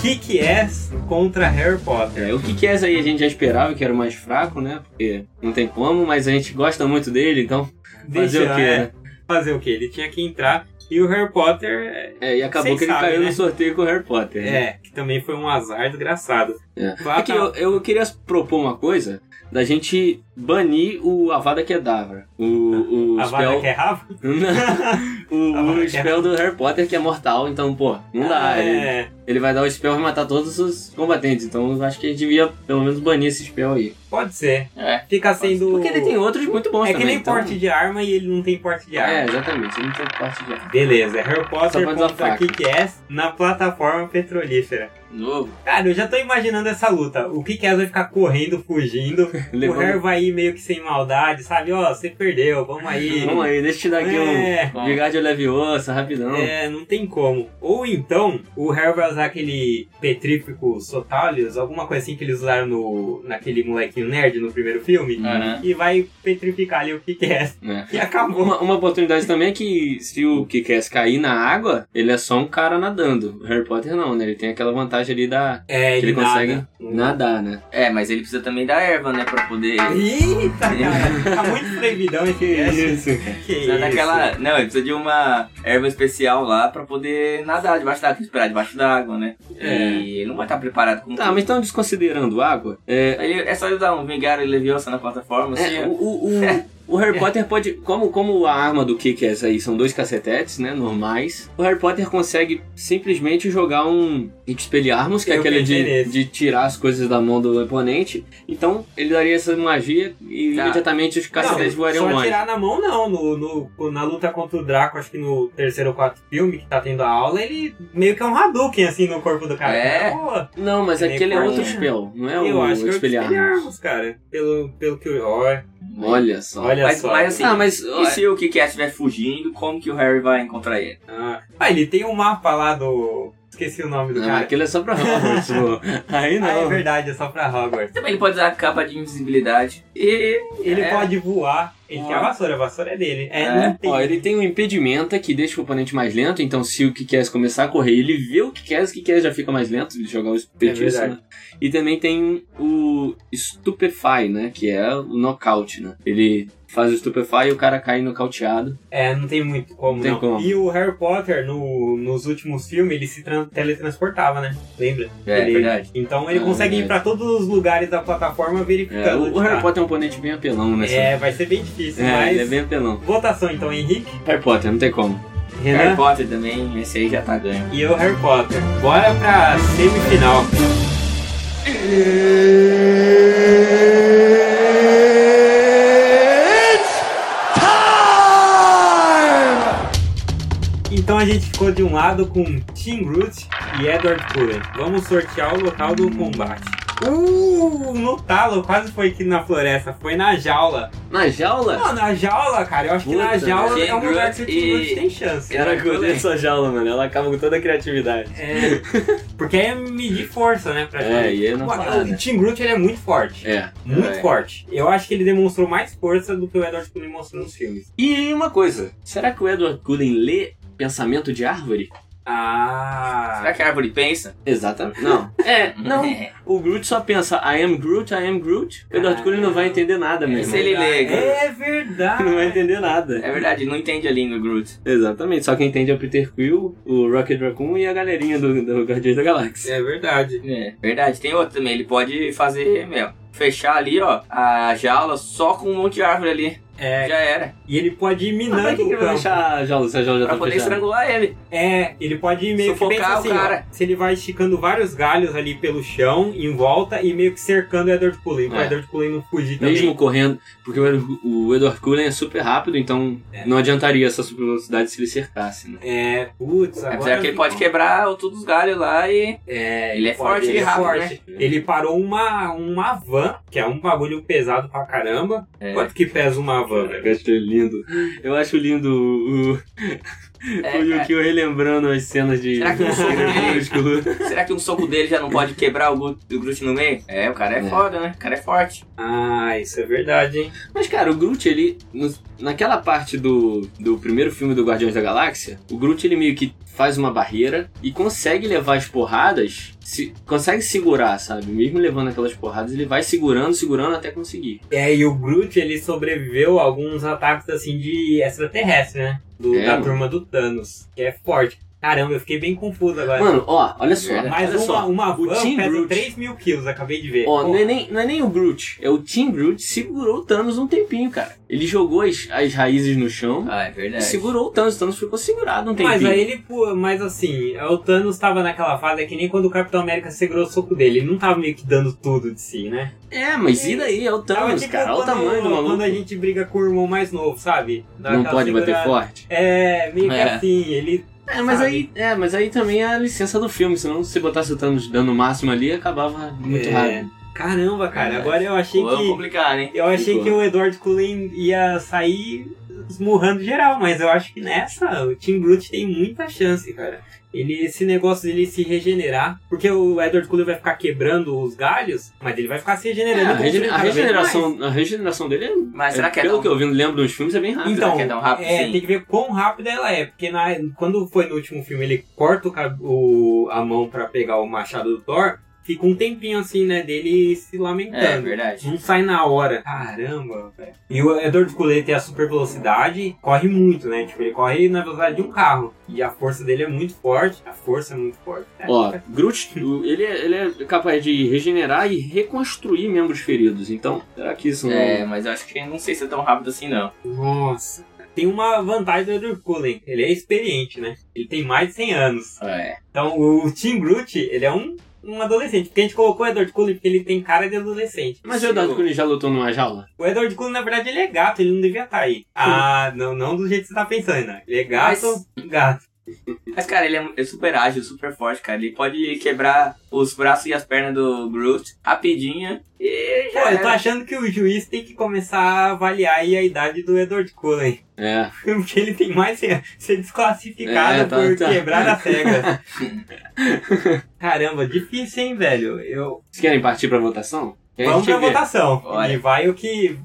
[SPEAKER 1] Kick-Ass contra Harry Potter.
[SPEAKER 2] É, o que que é essa aí a gente já esperava que era o mais fraco, né? Porque não tem como, mas a gente gosta muito dele, então fazer o quê?
[SPEAKER 1] é,
[SPEAKER 2] né?
[SPEAKER 1] fazer o quê? Ele tinha que entrar e o Harry Potter é,
[SPEAKER 2] É, e acabou
[SPEAKER 1] Vocês
[SPEAKER 2] que ele
[SPEAKER 1] sabem,
[SPEAKER 2] caiu
[SPEAKER 1] né?
[SPEAKER 2] no sorteio com o Harry Potter. né?
[SPEAKER 1] É, que também foi um azar desgraçado.
[SPEAKER 2] É.
[SPEAKER 1] Lá
[SPEAKER 2] É que
[SPEAKER 1] tá-
[SPEAKER 2] eu, eu queria propor uma coisa. da gente banir o Avada Kedavra. É né? O, o
[SPEAKER 1] A
[SPEAKER 2] spell.
[SPEAKER 1] vaga que é Rafa?
[SPEAKER 2] o, o
[SPEAKER 1] Avada
[SPEAKER 2] spell do Harry Potter que é mortal, então, pô, não dá.
[SPEAKER 1] Ah,
[SPEAKER 2] ele,
[SPEAKER 1] é.
[SPEAKER 2] ele vai dar o spell e vai matar todos os combatentes. Então eu acho que a gente devia pelo menos banir esse spell aí.
[SPEAKER 1] Pode ser.
[SPEAKER 3] É.
[SPEAKER 1] Fica sendo.
[SPEAKER 2] Porque ele tem outros muito bons
[SPEAKER 1] É que
[SPEAKER 2] também.
[SPEAKER 1] nem
[SPEAKER 2] então-
[SPEAKER 1] porte de arma e ele não tem porte de arma.
[SPEAKER 2] É, exatamente. Ele não tem parte de arma.
[SPEAKER 1] Beleza, é Harry
[SPEAKER 2] É. Só
[SPEAKER 1] Potter
[SPEAKER 2] pode usar
[SPEAKER 1] contra
[SPEAKER 2] faca.
[SPEAKER 1] Kick-Ass na plataforma petrolífera.
[SPEAKER 3] Novo.
[SPEAKER 1] Cara, eu já tô imaginando essa luta. O Kick-Ass vai ficar correndo, fugindo. O Harry
[SPEAKER 2] Levando...
[SPEAKER 1] vai ir meio que sem maldade, sabe? Ó, você perdeu, vamos aí.
[SPEAKER 2] Vamos aí, deixa eu te dar aqui
[SPEAKER 1] É.
[SPEAKER 2] um Vigário Leviosa, rapidão.
[SPEAKER 1] É, não tem como. Ou então, o Harry vai usar aquele petrífico Sotalius, alguma coisa assim que eles usaram no, naquele molequinho nerd no primeiro filme.
[SPEAKER 3] Aham.
[SPEAKER 1] E vai petrificar ali o Kick-Ass.
[SPEAKER 2] É.
[SPEAKER 1] E acabou.
[SPEAKER 2] Uma, uma oportunidade também é que se o Kikass cair na água, ele é só um cara nadando. O Harry Potter não, né? Ele tem aquela vantagem ali da.
[SPEAKER 1] É,
[SPEAKER 2] que ele consegue
[SPEAKER 1] nada.
[SPEAKER 2] nadar, né?
[SPEAKER 3] É, mas ele precisa também da erva, né? Pra poder.
[SPEAKER 1] Eita, cara, tá muito proibidão esse cast. Que
[SPEAKER 3] Precisa
[SPEAKER 2] Tá
[SPEAKER 1] isso.
[SPEAKER 3] daquela. Não, ele precisa de uma erva especial lá pra poder nadar debaixo d'água, esperar debaixo d'água, né?
[SPEAKER 1] É.
[SPEAKER 3] E ele não vai estar preparado com
[SPEAKER 2] Tá, mas então desconsiderando água, é.
[SPEAKER 3] Ele, é só ele dar um vingar e leviosa na plataforma, assim.
[SPEAKER 2] é,
[SPEAKER 3] ó.
[SPEAKER 2] o, o, o- o Harry Potter pode. Como, como a arma do Kikass aí são dois cacetetes, né? Normais, o Harry Potter consegue simplesmente jogar um Expelliarmus, que é
[SPEAKER 1] Eu
[SPEAKER 2] aquele de,
[SPEAKER 1] pensei
[SPEAKER 2] de tirar as coisas da mão do oponente. Então, ele daria essa magia e
[SPEAKER 3] Tá.
[SPEAKER 2] imediatamente os cacetetes
[SPEAKER 1] Não,
[SPEAKER 2] voariam
[SPEAKER 1] só
[SPEAKER 2] longe.
[SPEAKER 1] tirar na mão não, no, no- na luta contra o Draco, acho que no terceiro ou quarto filme que tá tendo a aula, ele meio que é um Hadouken assim no corpo do cara.
[SPEAKER 3] É?
[SPEAKER 1] Pô,
[SPEAKER 2] Não, mas
[SPEAKER 1] Nem
[SPEAKER 2] aquele é
[SPEAKER 1] por
[SPEAKER 2] outro
[SPEAKER 3] mim.
[SPEAKER 2] spell, não é
[SPEAKER 1] eu
[SPEAKER 2] o
[SPEAKER 1] acho que é o
[SPEAKER 2] espelhar.
[SPEAKER 1] Expelliarmus, cara. Pelo, pelo que eu... Olha,
[SPEAKER 2] Olha só.
[SPEAKER 1] olha
[SPEAKER 3] Mas-
[SPEAKER 1] só. né?
[SPEAKER 3] mas assim-
[SPEAKER 2] Ah, mas ó,
[SPEAKER 3] E se o Kikass estiver fugindo, como que o Harry vai encontrar ele?
[SPEAKER 1] Ah, ah, ele tem um mapa lá do... Esqueci o nome do
[SPEAKER 2] não,
[SPEAKER 1] cara.
[SPEAKER 2] aquele é só pra Hogwarts. pô. Aí não.
[SPEAKER 1] Ah, é verdade, é só pra Hogwarts.
[SPEAKER 3] Também ele pode usar a capa de invisibilidade. E
[SPEAKER 1] Ele
[SPEAKER 3] É.
[SPEAKER 1] pode voar, ele tem a
[SPEAKER 3] Ó.
[SPEAKER 1] vassoura, a vassoura é dele. É,
[SPEAKER 3] É.
[SPEAKER 1] não tem.
[SPEAKER 2] Ó, ele tem um impedimento que deixa o oponente mais lento, então se o Kikaz começar a correr, ele vê o Kikaz, o Kikaz já fica mais lento de jogar o feitiço,
[SPEAKER 1] É verdade.
[SPEAKER 2] né? E também tem o Stupefy, né, que é o nocaute, né? Ele faz o Stupefy e o cara cai nocauteado.
[SPEAKER 1] É, não tem muito como,
[SPEAKER 2] Não
[SPEAKER 1] não.
[SPEAKER 2] tem como.
[SPEAKER 1] E o Harry Potter, no- nos últimos filmes, ele se tran- teletransportava, né? Lembra?
[SPEAKER 3] É,
[SPEAKER 1] Ele-
[SPEAKER 3] verdade.
[SPEAKER 1] Então ele
[SPEAKER 2] É,
[SPEAKER 1] consegue
[SPEAKER 2] verdade.
[SPEAKER 1] ir pra todos os lugares da plataforma
[SPEAKER 2] É,
[SPEAKER 1] verificando.
[SPEAKER 2] o, o
[SPEAKER 1] onde
[SPEAKER 2] Harry
[SPEAKER 1] tá.
[SPEAKER 2] Potter é um oponente bem apelão, né?
[SPEAKER 1] É, vai ser bem difícil,
[SPEAKER 2] é,
[SPEAKER 1] mas...
[SPEAKER 2] ele é bem apelão.
[SPEAKER 1] Votação então, Henrique,
[SPEAKER 2] Harry Potter, não tem como.
[SPEAKER 1] Renan
[SPEAKER 3] Harry Potter também, esse aí já tá ganho.
[SPEAKER 1] e eu, Harry Potter. Bora pra semifinal. Então a gente ficou de um lado com Tim Root e Edward Cullen. Vamos sortear o local do combate. Uh, no talo, quase foi aqui na floresta, foi na jaula.
[SPEAKER 2] Na jaula?
[SPEAKER 1] Não, na jaula, cara, eu acho que na
[SPEAKER 2] Puta,
[SPEAKER 1] jaula
[SPEAKER 3] Tim
[SPEAKER 1] é um lugar que o Tim
[SPEAKER 3] Root
[SPEAKER 1] Root
[SPEAKER 3] e-
[SPEAKER 1] tem chance.
[SPEAKER 2] Cara, eu odeio essa jaula, mano. Ela acaba com toda a criatividade.
[SPEAKER 1] É, porque é medir força, né? Pra
[SPEAKER 2] É,
[SPEAKER 1] gente.
[SPEAKER 2] e é na
[SPEAKER 1] Pô,
[SPEAKER 2] parada.
[SPEAKER 1] o Tim Groot ele é muito forte.
[SPEAKER 2] É.
[SPEAKER 1] Muito
[SPEAKER 2] é.
[SPEAKER 1] forte. Eu acho que ele demonstrou mais força do que o Edward Cullen mostrou nos filmes.
[SPEAKER 2] E uma coisa. Será que o Edward Cullen lê pensamento de árvore?
[SPEAKER 1] Ah.
[SPEAKER 3] Será que a árvore pensa?
[SPEAKER 2] Exatamente. Não. É, não. O Groot só pensa, I am Groot, I am Groot. O Edward
[SPEAKER 1] Ah.
[SPEAKER 2] Cullen não vai entender nada, meu
[SPEAKER 3] Esse
[SPEAKER 2] irmão.
[SPEAKER 3] ele lê,
[SPEAKER 1] É verdade.
[SPEAKER 2] Não vai entender nada.
[SPEAKER 3] É verdade, ele não entende a língua, Groot.
[SPEAKER 2] Exatamente. Só quem entende é o Peter Quill, o Rocket Raccoon e a galerinha do, do Guardiões da Galáxia.
[SPEAKER 1] É verdade.
[SPEAKER 3] É, verdade. Tem outro também, ele pode fazer, meu, fechar ali, ó, a jaula só com um monte de árvore ali.
[SPEAKER 1] É,
[SPEAKER 3] Já era.
[SPEAKER 1] e ele pode ir
[SPEAKER 2] Ah, Mas
[SPEAKER 3] Ah,
[SPEAKER 2] pra
[SPEAKER 1] minando
[SPEAKER 2] que, que
[SPEAKER 1] o
[SPEAKER 2] ele vai
[SPEAKER 1] campo.
[SPEAKER 2] deixar a jaula se a jaula já
[SPEAKER 3] Pra
[SPEAKER 2] tá
[SPEAKER 3] poder
[SPEAKER 2] fechada?
[SPEAKER 3] estrangular ele.
[SPEAKER 1] É, ele pode ir meio que
[SPEAKER 3] Sufocar
[SPEAKER 1] pensa
[SPEAKER 3] o
[SPEAKER 1] assim, ó,
[SPEAKER 3] cara.
[SPEAKER 1] se ele vai esticando vários galhos ali pelo chão, em volta, e meio que cercando o Edward Cullen. Pra
[SPEAKER 2] É.
[SPEAKER 1] o Edward Cullen não fugir também.
[SPEAKER 2] Mesmo correndo, porque o Edward- o Edward Cullen é super rápido, então
[SPEAKER 1] É.
[SPEAKER 2] não adiantaria essa super velocidade se ele cercasse, né?
[SPEAKER 1] É, putz, agora...
[SPEAKER 3] Apesar que ele pode quebrar todos os galhos lá e.
[SPEAKER 1] É,
[SPEAKER 3] Ele é
[SPEAKER 1] pode,
[SPEAKER 3] forte e
[SPEAKER 1] ele é
[SPEAKER 3] rápido,
[SPEAKER 1] forte.
[SPEAKER 2] né?
[SPEAKER 1] Ele parou uma, uma van, que é um bagulho pesado pra caramba.
[SPEAKER 3] É.
[SPEAKER 1] Quanto que pesa uma van? né? velho?
[SPEAKER 2] Eu acho lindo. Eu acho lindo o, o,
[SPEAKER 3] É,
[SPEAKER 2] o
[SPEAKER 3] cara,
[SPEAKER 2] Yukio relembrando as cenas de
[SPEAKER 3] Será que eu sou
[SPEAKER 2] Crepúsculo.
[SPEAKER 3] será que um soco dele já não pode quebrar o Groot, o Groot no meio? É, o cara é,
[SPEAKER 2] É.
[SPEAKER 3] foda, né? O cara é forte.
[SPEAKER 1] Ah, isso é verdade, hein?
[SPEAKER 2] Mas, cara, o Groot, ele. no- naquela parte do, do primeiro filme do Guardiões da Galáxia, o Groot ele meio que faz uma barreira e consegue levar as porradas. Se, consegue segurar, sabe? Mesmo levando aquelas porradas, ele vai segurando, segurando até conseguir.
[SPEAKER 1] É, e o Groot, ele sobreviveu a alguns ataques, assim, de extraterrestre, né? Do-
[SPEAKER 2] É,
[SPEAKER 1] da
[SPEAKER 2] mano.
[SPEAKER 1] turma do Thanos, que é forte. Caramba, eu fiquei bem confuso agora.
[SPEAKER 2] Mano, ó, olha só.
[SPEAKER 3] Verdade.
[SPEAKER 1] Mas
[SPEAKER 2] olha
[SPEAKER 1] uma, um.
[SPEAKER 2] só.
[SPEAKER 1] uma
[SPEAKER 2] o
[SPEAKER 1] van
[SPEAKER 2] Team
[SPEAKER 1] pesa
[SPEAKER 2] Brute.
[SPEAKER 1] 3 mil quilos, acabei de ver.
[SPEAKER 2] Ó,
[SPEAKER 1] Pô,
[SPEAKER 2] não é, nem, não é nem o Groot, é o Team Groot segurou o Thanos um tempinho, cara. Ele jogou as, as raízes no chão
[SPEAKER 3] Ah, é
[SPEAKER 2] e
[SPEAKER 3] verdade.
[SPEAKER 2] segurou o Thanos. O Thanos ficou segurado um tempinho.
[SPEAKER 1] mas aí ele, pô, mas assim, o Thanos tava naquela fase é que nem quando o Capitão América segurou o soco dele, ele não tava meio que dando tudo de si, né?
[SPEAKER 2] É, mas e daí? É o
[SPEAKER 1] Tava
[SPEAKER 2] Thanos,
[SPEAKER 1] tipo
[SPEAKER 2] cara. Olha o
[SPEAKER 1] quando-
[SPEAKER 2] tamanho do
[SPEAKER 1] Quando a
[SPEAKER 2] maluco.
[SPEAKER 1] gente briga com o irmão mais novo, sabe? Dá
[SPEAKER 2] Não
[SPEAKER 1] aquela
[SPEAKER 2] pode bater
[SPEAKER 1] segurada.
[SPEAKER 2] forte.
[SPEAKER 1] É, meio que
[SPEAKER 3] É.
[SPEAKER 1] assim, ele
[SPEAKER 2] É, mas
[SPEAKER 1] sabe?
[SPEAKER 2] aí, é, mas aí também é a licença do filme, senão se botasse o Thanos dando o máximo ali, acabava muito
[SPEAKER 1] É.
[SPEAKER 2] rápido.
[SPEAKER 1] Caramba, cara,
[SPEAKER 3] É.
[SPEAKER 1] agora eu achei
[SPEAKER 3] Pô,
[SPEAKER 1] que.
[SPEAKER 3] complicado, hein?
[SPEAKER 1] Eu achei
[SPEAKER 2] Ficou.
[SPEAKER 1] que o Edward Cullen ia sair esmurrando geral, mas eu acho que nessa o Team Brute tem muita chance, cara. Ele, esse negócio dele se regenerar, porque o Edward Cullen vai ficar quebrando os galhos, mas ele vai ficar se
[SPEAKER 2] É,
[SPEAKER 1] regenerando.
[SPEAKER 2] a,
[SPEAKER 1] com-
[SPEAKER 2] regen- a
[SPEAKER 1] cada vez mais.
[SPEAKER 2] regeneração, a regeneração dele é.
[SPEAKER 3] Mas será que é
[SPEAKER 2] Pelo
[SPEAKER 3] tão...
[SPEAKER 2] que eu vi, lembro dos filmes, é bem rápido.
[SPEAKER 1] Então,
[SPEAKER 3] que é tão rápido
[SPEAKER 1] é,
[SPEAKER 3] assim?
[SPEAKER 1] tem que ver quão rápida ela é, porque na- quando foi no último filme ele corta o cab- o- a mão pra pegar o machado do Thor, fica um tempinho assim, né, dele se lamentando.
[SPEAKER 3] É, verdade.
[SPEAKER 1] Não sai na hora. Caramba, velho. E o Edward Cullen tem a super velocidade, corre muito, né? Tipo, ele corre na velocidade de um carro. E a força dele é muito forte. A força é muito forte. né?
[SPEAKER 2] Ó, Groot, o- ele é, ele é capaz de regenerar e reconstruir membros feridos. Então, será que isso não.
[SPEAKER 3] É, mas eu acho que não sei se é tão rápido assim, não.
[SPEAKER 1] Nossa. Tem uma vantagem do Edward Cullen. Ele é experiente, né? Ele tem mais de 100 anos.
[SPEAKER 3] É.
[SPEAKER 1] Então, o Tim Groot, ele é um, um adolescente. Porque a gente colocou o Edward Cullen porque ele tem cara de adolescente.
[SPEAKER 2] Mas o Eduardo Cunha já lutou numa jaula?
[SPEAKER 1] O Edward Cullen, na verdade, ele é gato. Ele não devia estar aí. Ah, não, não do jeito que você tá pensando, né? Ele é gato, gato.
[SPEAKER 3] Mas, cara, ele é- é super ágil, super forte, cara. Ele pode quebrar os braços e as pernas do Groot rapidinho e
[SPEAKER 1] Pô,
[SPEAKER 3] já
[SPEAKER 1] eu tô
[SPEAKER 3] era.
[SPEAKER 1] achando que o juiz tem que começar a avaliar aí a idade do Edward Cullen.
[SPEAKER 2] É.
[SPEAKER 1] Porque ele tem mais ser, ser desclassificado
[SPEAKER 2] É, tá,
[SPEAKER 1] por
[SPEAKER 2] tá.
[SPEAKER 1] quebrar as regras. Caramba, difícil, hein, velho? Eu...
[SPEAKER 2] Vocês querem partir pra votação? Que a
[SPEAKER 1] Vamos
[SPEAKER 2] gente
[SPEAKER 1] pra
[SPEAKER 2] vê.
[SPEAKER 1] votação.
[SPEAKER 3] Bora.
[SPEAKER 1] E vai o que.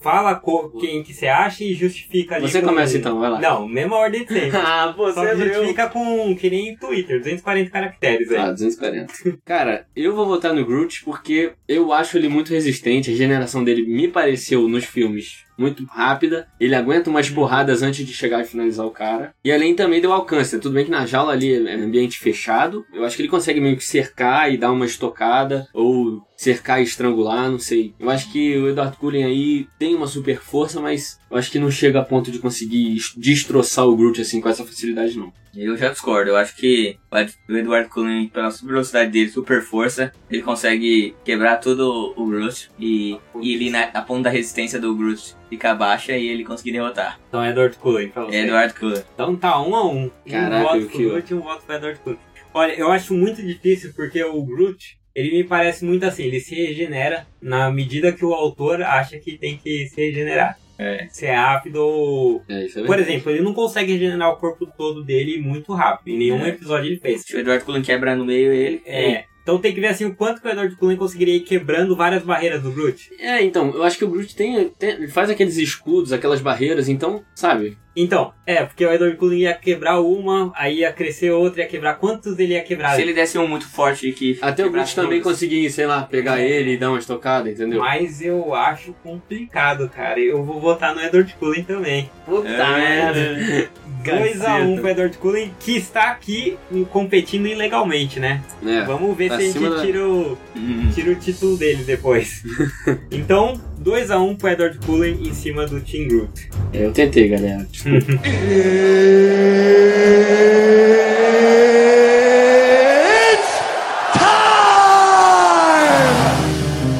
[SPEAKER 1] Fala co- quem que você acha e justifica ali.
[SPEAKER 2] Você
[SPEAKER 1] com-
[SPEAKER 2] começa então, vai lá.
[SPEAKER 1] Não, mesma ordem de sempre.
[SPEAKER 2] ah, pô,
[SPEAKER 1] Só
[SPEAKER 2] você
[SPEAKER 1] que
[SPEAKER 2] abriu.
[SPEAKER 1] justifica com um, que nem Twitter, 240 caracteres aí.
[SPEAKER 2] Ah, 240. Cara, eu vou votar no Groot porque eu acho ele muito resistente. A regeneração dele me pareceu nos filmes muito rápida. Ele aguenta umas porradas antes de chegar e finalizar o cara. E além também deu alcance. né? Tudo bem que na jaula ali é ambiente fechado. Eu acho que ele consegue meio que cercar e dar uma estocada. Ou cercar e estrangular, não sei. Eu acho que o Edward Cullen aí tem uma super força, mas eu acho que não chega a ponto de conseguir es- destroçar o Groot assim com essa facilidade, não.
[SPEAKER 3] Eu já discordo. Eu acho que o Ed- o Eduardo Cullen, pela super velocidade dele, super força, ele consegue quebrar todo o Groot e, e ele, na, a ponta da resistência do Groot fica baixa e ele conseguir derrotar.
[SPEAKER 1] Então é Edward Cullen pra você.
[SPEAKER 3] É Eduardo Cullen.
[SPEAKER 1] Então tá um a um.
[SPEAKER 2] Caraca,
[SPEAKER 1] um voto
[SPEAKER 2] o
[SPEAKER 1] pro
[SPEAKER 2] que-
[SPEAKER 1] Groot e um voto pro Edward Cullen. Olha, eu acho muito difícil porque o Groot, ele me parece muito assim, ele se regenera na medida que o autor acha que tem que se regenerar.
[SPEAKER 3] É.
[SPEAKER 1] Ser rápido ou...
[SPEAKER 2] É isso
[SPEAKER 1] Por exemplo, ele não consegue regenerar o corpo todo dele muito rápido. Em nenhum
[SPEAKER 3] É.
[SPEAKER 1] episódio ele fez.
[SPEAKER 3] Se o Eduardo Cullen quebra no meio ele, ele
[SPEAKER 1] É. Então tem que ver assim o quanto que o Edward Cullen conseguiria ir quebrando várias barreiras do Groot.
[SPEAKER 2] É, então, eu acho que o Groot tem, tem- ele faz aqueles escudos, aquelas barreiras, então, sabe?
[SPEAKER 1] Então, é, porque o Edward Cullen ia quebrar uma, aí ia crescer outra, ia quebrar quantos ele ia quebrar.
[SPEAKER 3] se ele desse um muito forte que
[SPEAKER 2] Até o Groot
[SPEAKER 3] quebrasse
[SPEAKER 2] também
[SPEAKER 3] todos.
[SPEAKER 2] conseguir, sei lá, pegar ele e dar uma estocada, entendeu?
[SPEAKER 1] Mas eu acho complicado, cara. Eu vou votar no Edward Cullen também.
[SPEAKER 2] Puta
[SPEAKER 3] É,
[SPEAKER 2] merda.
[SPEAKER 1] 2x1 pro Edward Cullen, que está aqui competindo ilegalmente, né?
[SPEAKER 2] É.
[SPEAKER 1] Vamos ver
[SPEAKER 2] tá
[SPEAKER 1] se a gente
[SPEAKER 2] acima da-
[SPEAKER 1] tira, o,
[SPEAKER 3] Hum.
[SPEAKER 1] tira o título dele depois. então, 2x1 pro Edward Cullen em cima do Team Group.
[SPEAKER 2] É, Eu tentei, galera.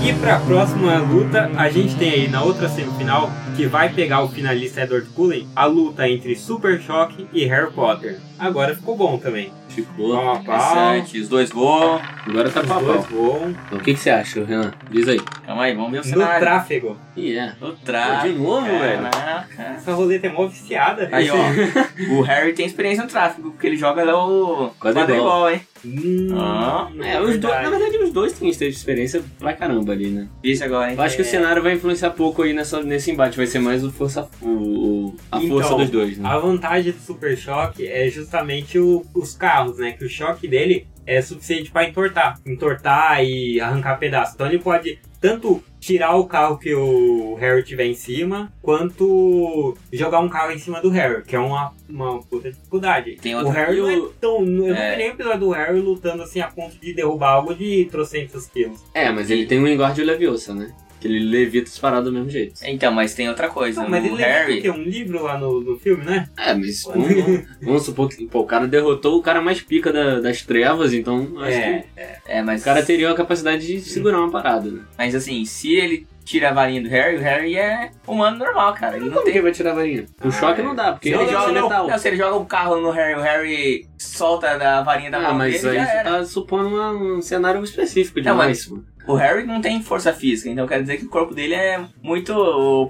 [SPEAKER 1] E pra próxima luta, a gente tem aí na outra semifinal, que vai pegar o finalista Edward Cullen, a luta entre Super Choque e Harry Potter. Agora ficou bom também.
[SPEAKER 2] Ficou.
[SPEAKER 1] Pau a pau,
[SPEAKER 3] Interessante, os dois voam.
[SPEAKER 2] Agora tá
[SPEAKER 1] os
[SPEAKER 2] pra
[SPEAKER 1] dois
[SPEAKER 2] pau.
[SPEAKER 1] voam.
[SPEAKER 2] Então, o que, que você acha, Renan? Diz aí.
[SPEAKER 3] Calma aí, vamos ver o
[SPEAKER 1] No
[SPEAKER 3] cenário.
[SPEAKER 1] tráfego.
[SPEAKER 2] E é.
[SPEAKER 3] No
[SPEAKER 1] Ah,
[SPEAKER 3] tráfico.
[SPEAKER 2] De novo, velho?
[SPEAKER 3] Caraca.
[SPEAKER 1] Essa roleta é mó viciada.
[SPEAKER 3] É, né? Aí, ó. o Harry tem experiência no tráfico, porque ele joga lá o
[SPEAKER 2] Quadribol.
[SPEAKER 3] quadribol, hein?
[SPEAKER 1] Hum,
[SPEAKER 3] Ah,
[SPEAKER 2] É, os dois, na
[SPEAKER 1] verdade.
[SPEAKER 2] verdade, os dois têm stage de experiência pra caramba ali, né?
[SPEAKER 3] Difícil agora, hein?
[SPEAKER 2] Eu acho que o
[SPEAKER 1] É.
[SPEAKER 2] cenário vai influenciar pouco aí nessa, nesse embate. Vai ser mais o força, o, o- a
[SPEAKER 1] Então,
[SPEAKER 2] força dos dois, né?
[SPEAKER 1] A vantagem do Super Choque é justamente o- os carros, né? Que o choque dele é suficiente pra entortar. Entortar e arrancar pedaço. Então ele pode tanto tirar o carro que o Harry tiver em cima, quanto jogar um carro em cima do Harry, que é uma, uma puta dificuldade.
[SPEAKER 3] Tem
[SPEAKER 1] o
[SPEAKER 3] outra-
[SPEAKER 1] Harry não é tão. Eu não
[SPEAKER 3] É.
[SPEAKER 1] vi nem o episódio do Harry lutando assim a ponto de derrubar algo de trocentos quilos.
[SPEAKER 2] É, mas ele tem um engorde leviosa, né? Que ele levita as paradas do mesmo jeito.
[SPEAKER 3] Então, mas tem outra coisa.
[SPEAKER 1] Não, mas
[SPEAKER 3] o
[SPEAKER 1] ele
[SPEAKER 3] Harry.
[SPEAKER 1] tem um livro lá no, no filme, né?
[SPEAKER 2] É, mas vamos, vamos supor que pô, o cara derrotou o cara mais pica da- das trevas, então acho
[SPEAKER 1] É.
[SPEAKER 2] que
[SPEAKER 3] É, mas.
[SPEAKER 2] o cara teria a capacidade de segurar uma parada, né?
[SPEAKER 3] Mas assim, se ele tira a varinha do Harry, o Harry é humano normal, cara. Ele não
[SPEAKER 2] Como
[SPEAKER 3] tem.
[SPEAKER 2] que vai tirar a varinha? O choque não dá, porque
[SPEAKER 1] Não,
[SPEAKER 2] ele
[SPEAKER 1] não,
[SPEAKER 2] joga
[SPEAKER 1] não.
[SPEAKER 2] metal.
[SPEAKER 3] Não, se ele joga um carro no Harry, o Harry solta da varinha da
[SPEAKER 2] Ah,
[SPEAKER 3] mão
[SPEAKER 2] mas aí
[SPEAKER 3] dele, já
[SPEAKER 2] você
[SPEAKER 3] era.
[SPEAKER 2] tá supondo uma- um cenário específico de
[SPEAKER 3] Não,
[SPEAKER 2] mais, mano.
[SPEAKER 3] O Harry não tem força física, então quer dizer que o corpo dele é muito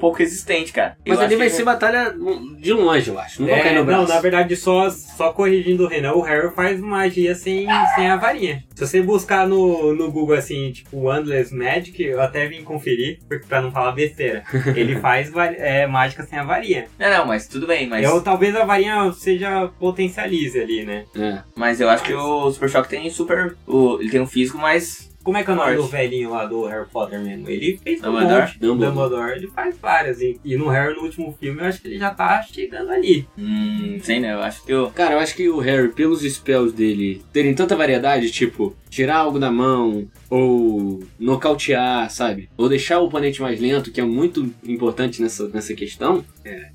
[SPEAKER 3] pouco resistente, cara.
[SPEAKER 2] Mas
[SPEAKER 3] Eu
[SPEAKER 2] ali
[SPEAKER 3] acho
[SPEAKER 2] vai
[SPEAKER 3] que- é.
[SPEAKER 2] ser batalha de longe, eu acho. Não vai
[SPEAKER 1] É,
[SPEAKER 2] cair no braço.
[SPEAKER 1] não, na verdade, só, só corrigindo o Renan, o Harry faz magia sem, sem a varinha. Se você buscar no, no Google, assim, tipo, Wandless Magic, eu até vim conferir, porque pra não falar besteira, ele faz va- é, mágica sem a varinha.
[SPEAKER 3] Não, não, mas tudo bem,
[SPEAKER 2] É
[SPEAKER 3] mas
[SPEAKER 1] Eu, talvez a varinha seja potencialize ali, né?
[SPEAKER 2] É.
[SPEAKER 3] mas eu acho que o Super Shock tem super, o- ele tem um físico mais
[SPEAKER 1] Como é que é o nome
[SPEAKER 3] Forte.
[SPEAKER 1] do velhinho lá do Harry Potter mesmo? Ele fez um
[SPEAKER 3] Dumbledore?
[SPEAKER 1] monte.
[SPEAKER 2] Dumbledore.
[SPEAKER 1] Dumbledore, ele faz várias. E, e no Harry, no último filme, eu acho que ele já tá chegando ali.
[SPEAKER 3] hum, sei né, eu acho que o
[SPEAKER 2] Cara, eu acho que o Harry, pelos spells dele terem tanta variedade, tipo, tirar algo da mão, ou nocautear, sabe? Ou deixar o oponente mais lento, que é muito importante nessa, nessa questão.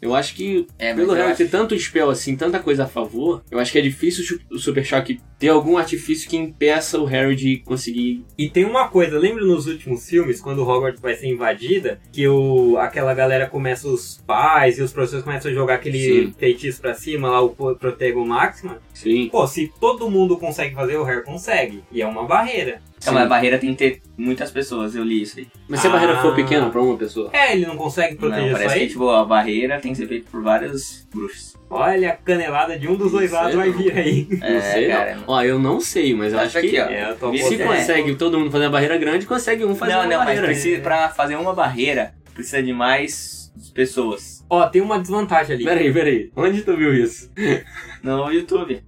[SPEAKER 2] Eu acho que,
[SPEAKER 3] é, mas
[SPEAKER 2] pelo
[SPEAKER 3] eu
[SPEAKER 2] Harry
[SPEAKER 3] acho,
[SPEAKER 2] ter tanto spell assim, tanta coisa a favor, eu acho que é difícil o Chu- o Super Shock ter algum artifício que impeça o Harry de conseguir.
[SPEAKER 1] E tem uma coisa, lembra nos últimos filmes, quando Hogwarts vai ser invadida, que o, aquela galera começa, os pais e os professores começam a jogar aquele
[SPEAKER 2] Sim.
[SPEAKER 1] feitiço pra cima, lá o po- Protego Maxima.
[SPEAKER 2] Sim.
[SPEAKER 1] Pô, se todo mundo consegue fazer, o Harry consegue. E é uma barreira.
[SPEAKER 3] Então, mas a barreira tem que ter muitas pessoas, eu li isso aí.
[SPEAKER 2] Mas se a barreira
[SPEAKER 1] Ah.
[SPEAKER 2] for pequena pra uma pessoa.
[SPEAKER 1] É, ele não consegue
[SPEAKER 3] Não,
[SPEAKER 1] proteger só
[SPEAKER 3] parece que
[SPEAKER 1] ele.
[SPEAKER 3] tipo, a barreira tem que ser feita por vários bruxos.
[SPEAKER 1] Olha, a canelada de um dos dois
[SPEAKER 2] Isso
[SPEAKER 1] lados
[SPEAKER 2] é
[SPEAKER 1] vai
[SPEAKER 2] louco.
[SPEAKER 1] vir aí.
[SPEAKER 3] É,
[SPEAKER 2] não sei,
[SPEAKER 3] cara.
[SPEAKER 2] não. Ó, eu não sei, mas eu
[SPEAKER 3] Acho
[SPEAKER 2] acho, que.
[SPEAKER 3] aqui, ó.
[SPEAKER 1] É, eu tô
[SPEAKER 3] Isso
[SPEAKER 2] Se
[SPEAKER 1] apostando.
[SPEAKER 2] consegue todo mundo fazer uma barreira grande, consegue um fazer
[SPEAKER 3] não,
[SPEAKER 2] uma
[SPEAKER 3] não, mas
[SPEAKER 2] barreira.
[SPEAKER 3] precisa, pra fazer uma barreira, precisa de mais pessoas.
[SPEAKER 1] Ó, tem uma desvantagem ali.
[SPEAKER 2] Peraí, peraí. Onde tu viu isso?
[SPEAKER 3] No YouTube.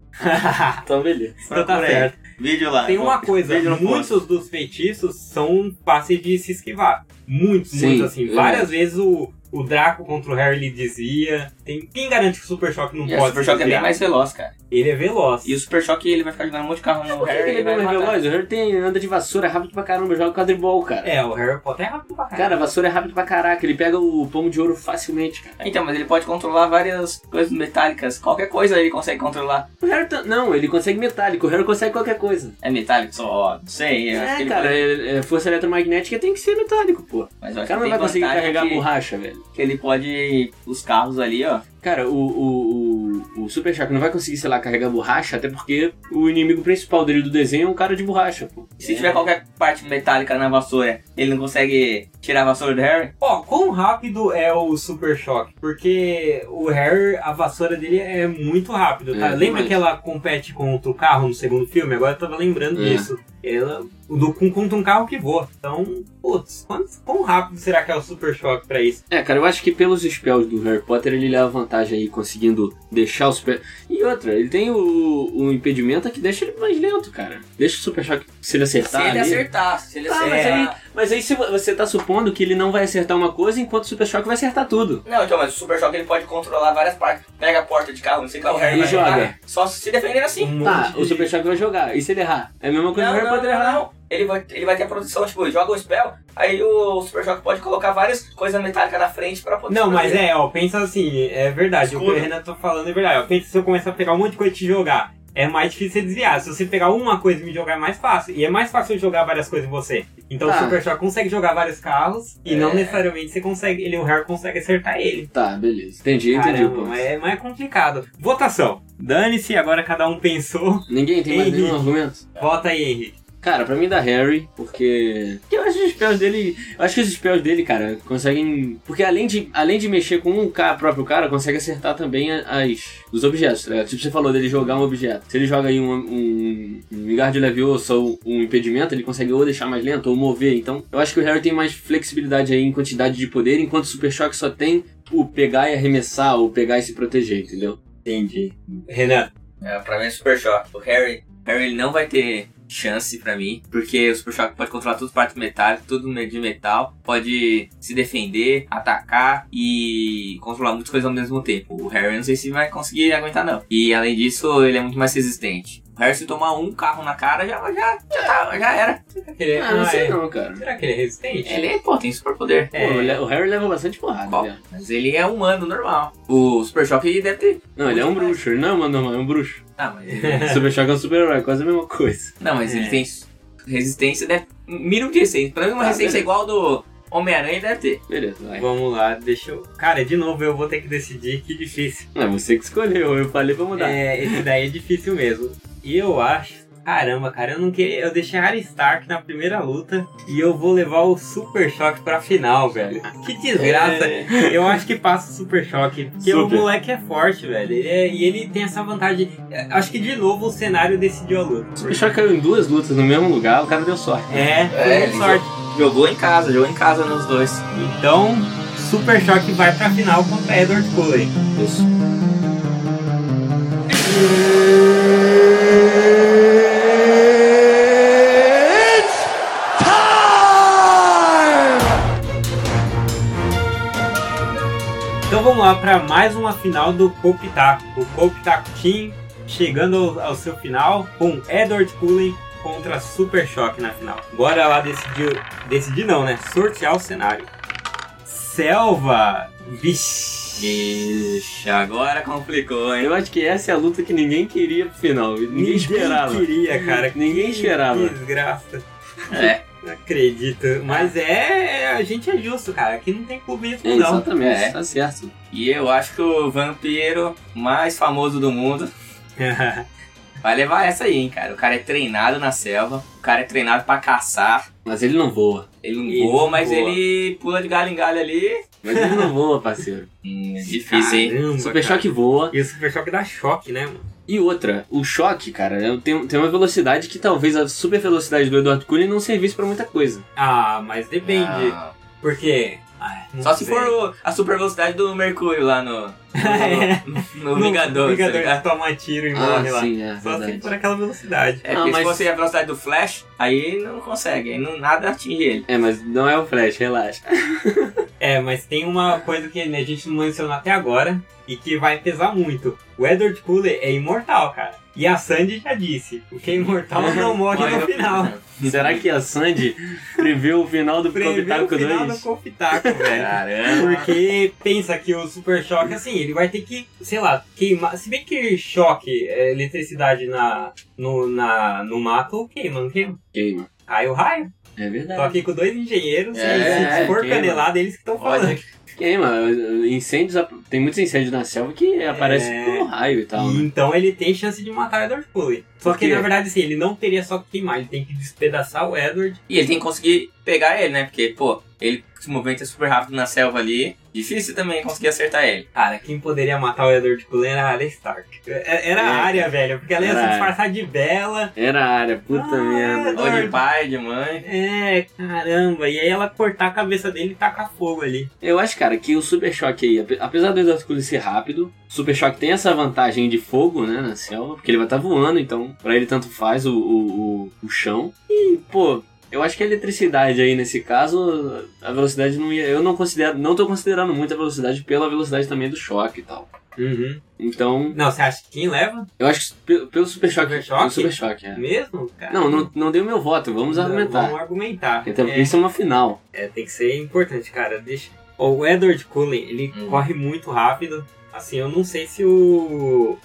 [SPEAKER 2] Então, beleza.
[SPEAKER 1] então tá
[SPEAKER 3] Procura aí.
[SPEAKER 1] certo.
[SPEAKER 3] Vídeo lá.
[SPEAKER 1] Tem uma coisa,
[SPEAKER 3] Veja no
[SPEAKER 1] muitos dos feitiços são fáceis de se esquivar. Muitos,
[SPEAKER 2] Sim,
[SPEAKER 1] muitos, assim.
[SPEAKER 3] é.
[SPEAKER 2] verdade.
[SPEAKER 1] Várias vezes o, o Draco contra o Harry ele dizia. Tem, quem garante que o Super Choque não
[SPEAKER 3] E o
[SPEAKER 1] pode se
[SPEAKER 3] Super Shock é bem
[SPEAKER 1] desviar?
[SPEAKER 3] mais veloz, cara.
[SPEAKER 1] Ele é veloz.
[SPEAKER 3] E o Super Shock, ele vai ficar jogando um monte de carro no
[SPEAKER 2] Por que que
[SPEAKER 3] Harry
[SPEAKER 2] ele
[SPEAKER 3] e
[SPEAKER 2] é
[SPEAKER 3] vai
[SPEAKER 2] mais
[SPEAKER 3] matar.
[SPEAKER 2] veloz? O Harry tem, anda de vassoura, é rápido pra caramba, joga quadribol, cara.
[SPEAKER 1] É, o Harry Potter é rápido pra caralho.
[SPEAKER 2] Cara, a vassoura é rápido pra caraca, ele pega o pomo de ouro facilmente, cara.
[SPEAKER 3] Então, mas ele pode controlar várias coisas metálicas. Qualquer coisa ele consegue controlar.
[SPEAKER 2] O Harry tá- não, ele consegue metálico, o Harry consegue qualquer coisa.
[SPEAKER 3] É metálico só, ó, não sei. eu acho que
[SPEAKER 2] É,
[SPEAKER 3] ele
[SPEAKER 2] cara,
[SPEAKER 3] pode-
[SPEAKER 2] é- é força eletromagnética tem que ser metálico, pô.
[SPEAKER 3] Mas eu
[SPEAKER 2] O cara
[SPEAKER 3] acho que
[SPEAKER 2] não
[SPEAKER 3] tem
[SPEAKER 2] vai conseguir
[SPEAKER 3] vantagem
[SPEAKER 2] carregar
[SPEAKER 3] que,
[SPEAKER 2] borracha, velho.
[SPEAKER 3] que ele pode... Os carros ali, ó.
[SPEAKER 2] Cara, o, o, o, o Super Shock não vai conseguir, sei lá, carregar borracha, até porque o inimigo principal dele do desenho é um cara de borracha, pô.
[SPEAKER 3] Se
[SPEAKER 1] É.
[SPEAKER 3] tiver qualquer parte metálica na vassoura, ele não consegue tirar a vassoura do Harry?
[SPEAKER 1] Ó, quão rápido é o Super Choque? Porque o Harry, a vassoura dele é muito rápido, tá?
[SPEAKER 2] É,
[SPEAKER 1] Lembra
[SPEAKER 2] demais.
[SPEAKER 1] que ela compete contra o carro no segundo filme? Agora eu tava lembrando
[SPEAKER 2] É.
[SPEAKER 1] disso. Ela do, contra um carro que voa. Então, putz, quão, quão rápido será que é o Super Choque pra isso?
[SPEAKER 2] É, cara, eu acho que pelos spells do Harry Potter ele leva vantagem aí, conseguindo deixar o Super. E outra, ele tem o, o impedimento que deixa ele mais lento, cara. Deixa o Super Shock, se ele acertar. ali-
[SPEAKER 3] acertar, se ele
[SPEAKER 2] Tá, mas aí, mas aí se vo- você tá supondo que ele não vai acertar uma coisa, enquanto o Super Shock vai acertar tudo.
[SPEAKER 3] Não, então, mas o Super Choque ele pode controlar várias partes. Pega a porta de carro, não sei o que lá, o Harry
[SPEAKER 2] E
[SPEAKER 3] vai
[SPEAKER 2] joga.
[SPEAKER 3] jogar. Só se defender assim.
[SPEAKER 1] Um
[SPEAKER 2] tá,
[SPEAKER 1] monte
[SPEAKER 2] o
[SPEAKER 1] de-
[SPEAKER 2] Super Shock vai jogar. E se ele errar? É a mesma coisa que o Harry Potter errar.
[SPEAKER 3] Ele vai, ele vai ter a produção, tipo, joga o spell, aí o Super Choque pode colocar várias coisas metálicas na frente pra poder.
[SPEAKER 1] Não, mas
[SPEAKER 3] sobreviver.
[SPEAKER 1] é, ó, pensa assim, é verdade. O que
[SPEAKER 3] Escuro.
[SPEAKER 1] o Renan tá falando é verdade. Ó, pensa se eu começar a pegar um monte de coisa e te jogar. É mais difícil você desviar. Se você pegar uma coisa e me jogar, é mais fácil. E é mais fácil eu jogar várias coisas em você. Então
[SPEAKER 2] Tá.
[SPEAKER 1] o Super Shock consegue jogar vários carros e não
[SPEAKER 3] É.
[SPEAKER 1] necessariamente você consegue. Ele, o Harry consegue acertar ele.
[SPEAKER 2] Tá, beleza. Entendi, entendi o
[SPEAKER 1] Caramba,
[SPEAKER 2] ponto.
[SPEAKER 1] mas é, mas é complicado. Votação. Dane-se, agora cada um pensou.
[SPEAKER 2] Ninguém tem mais
[SPEAKER 1] Henrique.
[SPEAKER 2] nenhum argumento?
[SPEAKER 1] Vota aí, Henrique.
[SPEAKER 2] Cara, pra mim dá Harry, porque. porque Eu acho que os spells dele. Eu acho que os spells dele, cara, conseguem. Porque além de, além de mexer com um cara, próprio cara, consegue acertar também a- as, os objetos, tá ligado? Tipo, você falou dele jogar um objeto. Se ele joga aí um, um, um engarde levioso ou um impedimento, ele consegue ou deixar mais lento ou mover. Então, eu acho que o Harry tem mais flexibilidade aí em quantidade de poder, enquanto o Super Choque só tem o pegar e arremessar ou pegar e se proteger, entendeu?
[SPEAKER 1] Entendi. Renan.
[SPEAKER 3] É, pra mim é Super Choque. O Harry, Harry ele não vai ter chance pra mim, porque o Super Choque pode controlar todas as partes metálicas, tudo de metal, pode se defender, atacar e controlar muitas coisas ao mesmo tempo. O Harry eu não sei se vai conseguir aguentar não. E além disso, ele é muito mais resistente. O Harry se tomar um carro na cara já já já, tá- já era.
[SPEAKER 1] Ele é-
[SPEAKER 2] Ah, não
[SPEAKER 1] ah,
[SPEAKER 2] sei
[SPEAKER 1] é.
[SPEAKER 2] não, cara.
[SPEAKER 1] Será que ele é resistente?
[SPEAKER 3] Ele é, pô, tem superpoder.
[SPEAKER 2] Pô,
[SPEAKER 1] É.
[SPEAKER 2] o Le- o Harry leva bastante porrada.
[SPEAKER 3] Qual?
[SPEAKER 2] né?
[SPEAKER 3] Mas ele é humano, normal. O Super Choque deve ter.
[SPEAKER 2] Não, ele é um bruxo. Ele não é um mano normal, é um bruxo.
[SPEAKER 3] Ah, mas ele-
[SPEAKER 2] Super Choque é um super-herói, quase a mesma coisa.
[SPEAKER 3] Não, mas
[SPEAKER 1] É.
[SPEAKER 3] ele tem resistência, deve. Mínimo de resistência. Pelo menos uma
[SPEAKER 2] Ah,
[SPEAKER 3] resistência
[SPEAKER 2] beleza.
[SPEAKER 3] igual do Homem-Aranha deve ter.
[SPEAKER 2] Beleza, vai.
[SPEAKER 1] Vamos lá, deixa eu. Cara, de novo eu vou ter que decidir, que difícil.
[SPEAKER 2] Não, é você que escolheu, eu falei pra mudar.
[SPEAKER 1] É, esse daí é difícil mesmo. E eu acho. Caramba, cara, eu não queria. Eu deixei Harry Stark na primeira luta e eu vou levar o Super Choque pra final, velho. Que desgraça! Eu acho que passa o Super Choque, porque o
[SPEAKER 2] Super.
[SPEAKER 1] moleque é forte, velho. Ele é- e ele tem essa vantagem. É, Acho que de novo o cenário decidiu a luta.
[SPEAKER 2] O Choque caiu em duas lutas no mesmo lugar, o cara deu sorte.
[SPEAKER 1] É,
[SPEAKER 3] É,
[SPEAKER 1] foi
[SPEAKER 3] ele
[SPEAKER 1] muito sorte.
[SPEAKER 3] Jogou em casa, jogou em casa nos dois.
[SPEAKER 1] Então, Super Choque vai pra final contra Edward Cullen.
[SPEAKER 2] Isso.
[SPEAKER 1] Então vamos lá para mais uma final do Copitaco. O Copitaco Team chegando ao, ao seu final com Edward Cullen contra Super Choque na final. Bora lá decidir. Decidir não, né? Sortear o cenário. Selva! Vixe!
[SPEAKER 3] Ixi, agora complicou, hein?
[SPEAKER 2] Eu acho que essa é a luta que ninguém queria pro final. Ninguém, esperava.
[SPEAKER 1] queria, cara.
[SPEAKER 2] Ninguém
[SPEAKER 1] Que
[SPEAKER 2] esperava.
[SPEAKER 1] Desgraça.
[SPEAKER 3] É,
[SPEAKER 1] Não acredito. Mas é. A gente é justo, cara. Aqui não tem clubismo,
[SPEAKER 2] É,
[SPEAKER 1] não.
[SPEAKER 2] exatamente,
[SPEAKER 3] É.
[SPEAKER 2] tá certo.
[SPEAKER 3] e eu acho que o vampiro mais famoso do mundo vai levar essa aí, hein, cara. O cara é treinado na selva, o cara é treinado pra caçar.
[SPEAKER 2] Mas ele não voa.
[SPEAKER 3] Ele
[SPEAKER 1] Ele
[SPEAKER 3] não voa, mas
[SPEAKER 1] voa.
[SPEAKER 3] ele pula de galho em galho ali.
[SPEAKER 2] Mas ele não voa, parceiro.
[SPEAKER 3] Hum, é difícil, hein?
[SPEAKER 1] Caramba,
[SPEAKER 2] Super
[SPEAKER 1] cara.
[SPEAKER 2] Choque voa.
[SPEAKER 1] E o Super Choque dá choque, né, mano?
[SPEAKER 2] E outra, o choque, cara, é- tem, tem uma velocidade que talvez a super velocidade do Edward Cullen não servisse pra muita coisa.
[SPEAKER 1] Ah, mas depende.
[SPEAKER 3] Ah,
[SPEAKER 1] Porque. ai, não
[SPEAKER 3] Só se
[SPEAKER 1] sei.
[SPEAKER 3] for o- a super velocidade do Mercúrio lá no.
[SPEAKER 1] É.
[SPEAKER 3] No, no, no Vingador. tá
[SPEAKER 1] Vingador Ah,
[SPEAKER 3] ligado?
[SPEAKER 1] que toma tiro e morre lá.
[SPEAKER 2] sim, é
[SPEAKER 1] Só se
[SPEAKER 2] verdade.
[SPEAKER 1] for aquela velocidade.
[SPEAKER 3] É,
[SPEAKER 2] Ah,
[SPEAKER 3] porque
[SPEAKER 2] mas-
[SPEAKER 3] se fosse a velocidade do Flash, aí não consegue, aí não, nada atinge ele.
[SPEAKER 2] É, mas não é o Flash, relaxa.
[SPEAKER 1] É, mas tem uma coisa que a gente não mencionou até agora e que vai pesar muito. O Edward Cullen é imortal, cara. E a Sandy já disse, o que é imortal não morre no final.
[SPEAKER 2] Será que a Sandy prevê o final do
[SPEAKER 1] Prevê o
[SPEAKER 2] Copitaco
[SPEAKER 1] final
[SPEAKER 2] 2?
[SPEAKER 1] do Copitaco,
[SPEAKER 3] É.
[SPEAKER 1] velho.
[SPEAKER 3] Caramba.
[SPEAKER 1] Porque pensa que o Super Choque, assim, ele vai ter que, sei lá, queimar. Se bem que choque é, eletricidade na, no, na, no mato, queima, não queima?
[SPEAKER 2] Queima.
[SPEAKER 1] Cai o raio.
[SPEAKER 2] É
[SPEAKER 1] Tô
[SPEAKER 2] verdade.
[SPEAKER 1] aqui com dois engenheiros
[SPEAKER 3] É,
[SPEAKER 1] e se for
[SPEAKER 2] queima.
[SPEAKER 1] canelada, eles que estão falando.
[SPEAKER 3] Olha,
[SPEAKER 2] Queima. Incêndios, tem muitos incêndios na selva que aparecem
[SPEAKER 1] É.
[SPEAKER 2] por raio e tal.
[SPEAKER 1] E
[SPEAKER 2] né?
[SPEAKER 1] então ele tem chance de matar o Edward Cullen. Só
[SPEAKER 2] Por
[SPEAKER 1] que
[SPEAKER 2] quê?
[SPEAKER 1] na verdade, assim, ele não teria só que queimar, ele tem que despedaçar o Edward.
[SPEAKER 3] E ele tem que conseguir pegar ele, né? Porque, pô, ele se movimenta super rápido na selva ali. Difícil também conseguir acertar ele.
[SPEAKER 1] Cara, quem poderia matar o Edward Cullen era a Arya Stark. É- Era a
[SPEAKER 2] É.
[SPEAKER 1] área, velho, porque ela ia se
[SPEAKER 2] Era a
[SPEAKER 1] disfarçar de Bela.
[SPEAKER 2] Era a área, puta
[SPEAKER 1] Ah,
[SPEAKER 2] merda.
[SPEAKER 1] Eduardo.
[SPEAKER 3] Ou de pai, de mãe.
[SPEAKER 1] É, caramba. E aí ela cortar a cabeça dele e tacar fogo ali.
[SPEAKER 2] Eu acho, cara, que o Super Choque aí, ape- apesar do Edward Cullen ser rápido, o Super Choque tem essa vantagem de fogo, né, na selva, porque ele vai estar voando, então pra ele tanto faz o, o, o, o chão. E, pô, eu acho que a eletricidade aí, nesse caso, a velocidade não ia... Eu não considero... Não tô considerando muito a velocidade pela velocidade também do choque e tal.
[SPEAKER 1] Uhum.
[SPEAKER 2] Então,
[SPEAKER 1] Não, você acha que quem leva
[SPEAKER 2] eu acho que pe- pelo Super Choque...
[SPEAKER 1] Super Choque?
[SPEAKER 2] pelo Super Choque, é.
[SPEAKER 1] mesmo, cara?
[SPEAKER 2] Não, não, não dei o meu voto, vamos argumentar.
[SPEAKER 1] Vamos argumentar.
[SPEAKER 2] Até porque
[SPEAKER 1] É.
[SPEAKER 2] isso é uma final.
[SPEAKER 1] É, tem que ser importante, cara. Deixa. Ó, O Edward Cullen, ele
[SPEAKER 3] Hum.
[SPEAKER 1] corre muito rápido. Assim, eu não sei se o.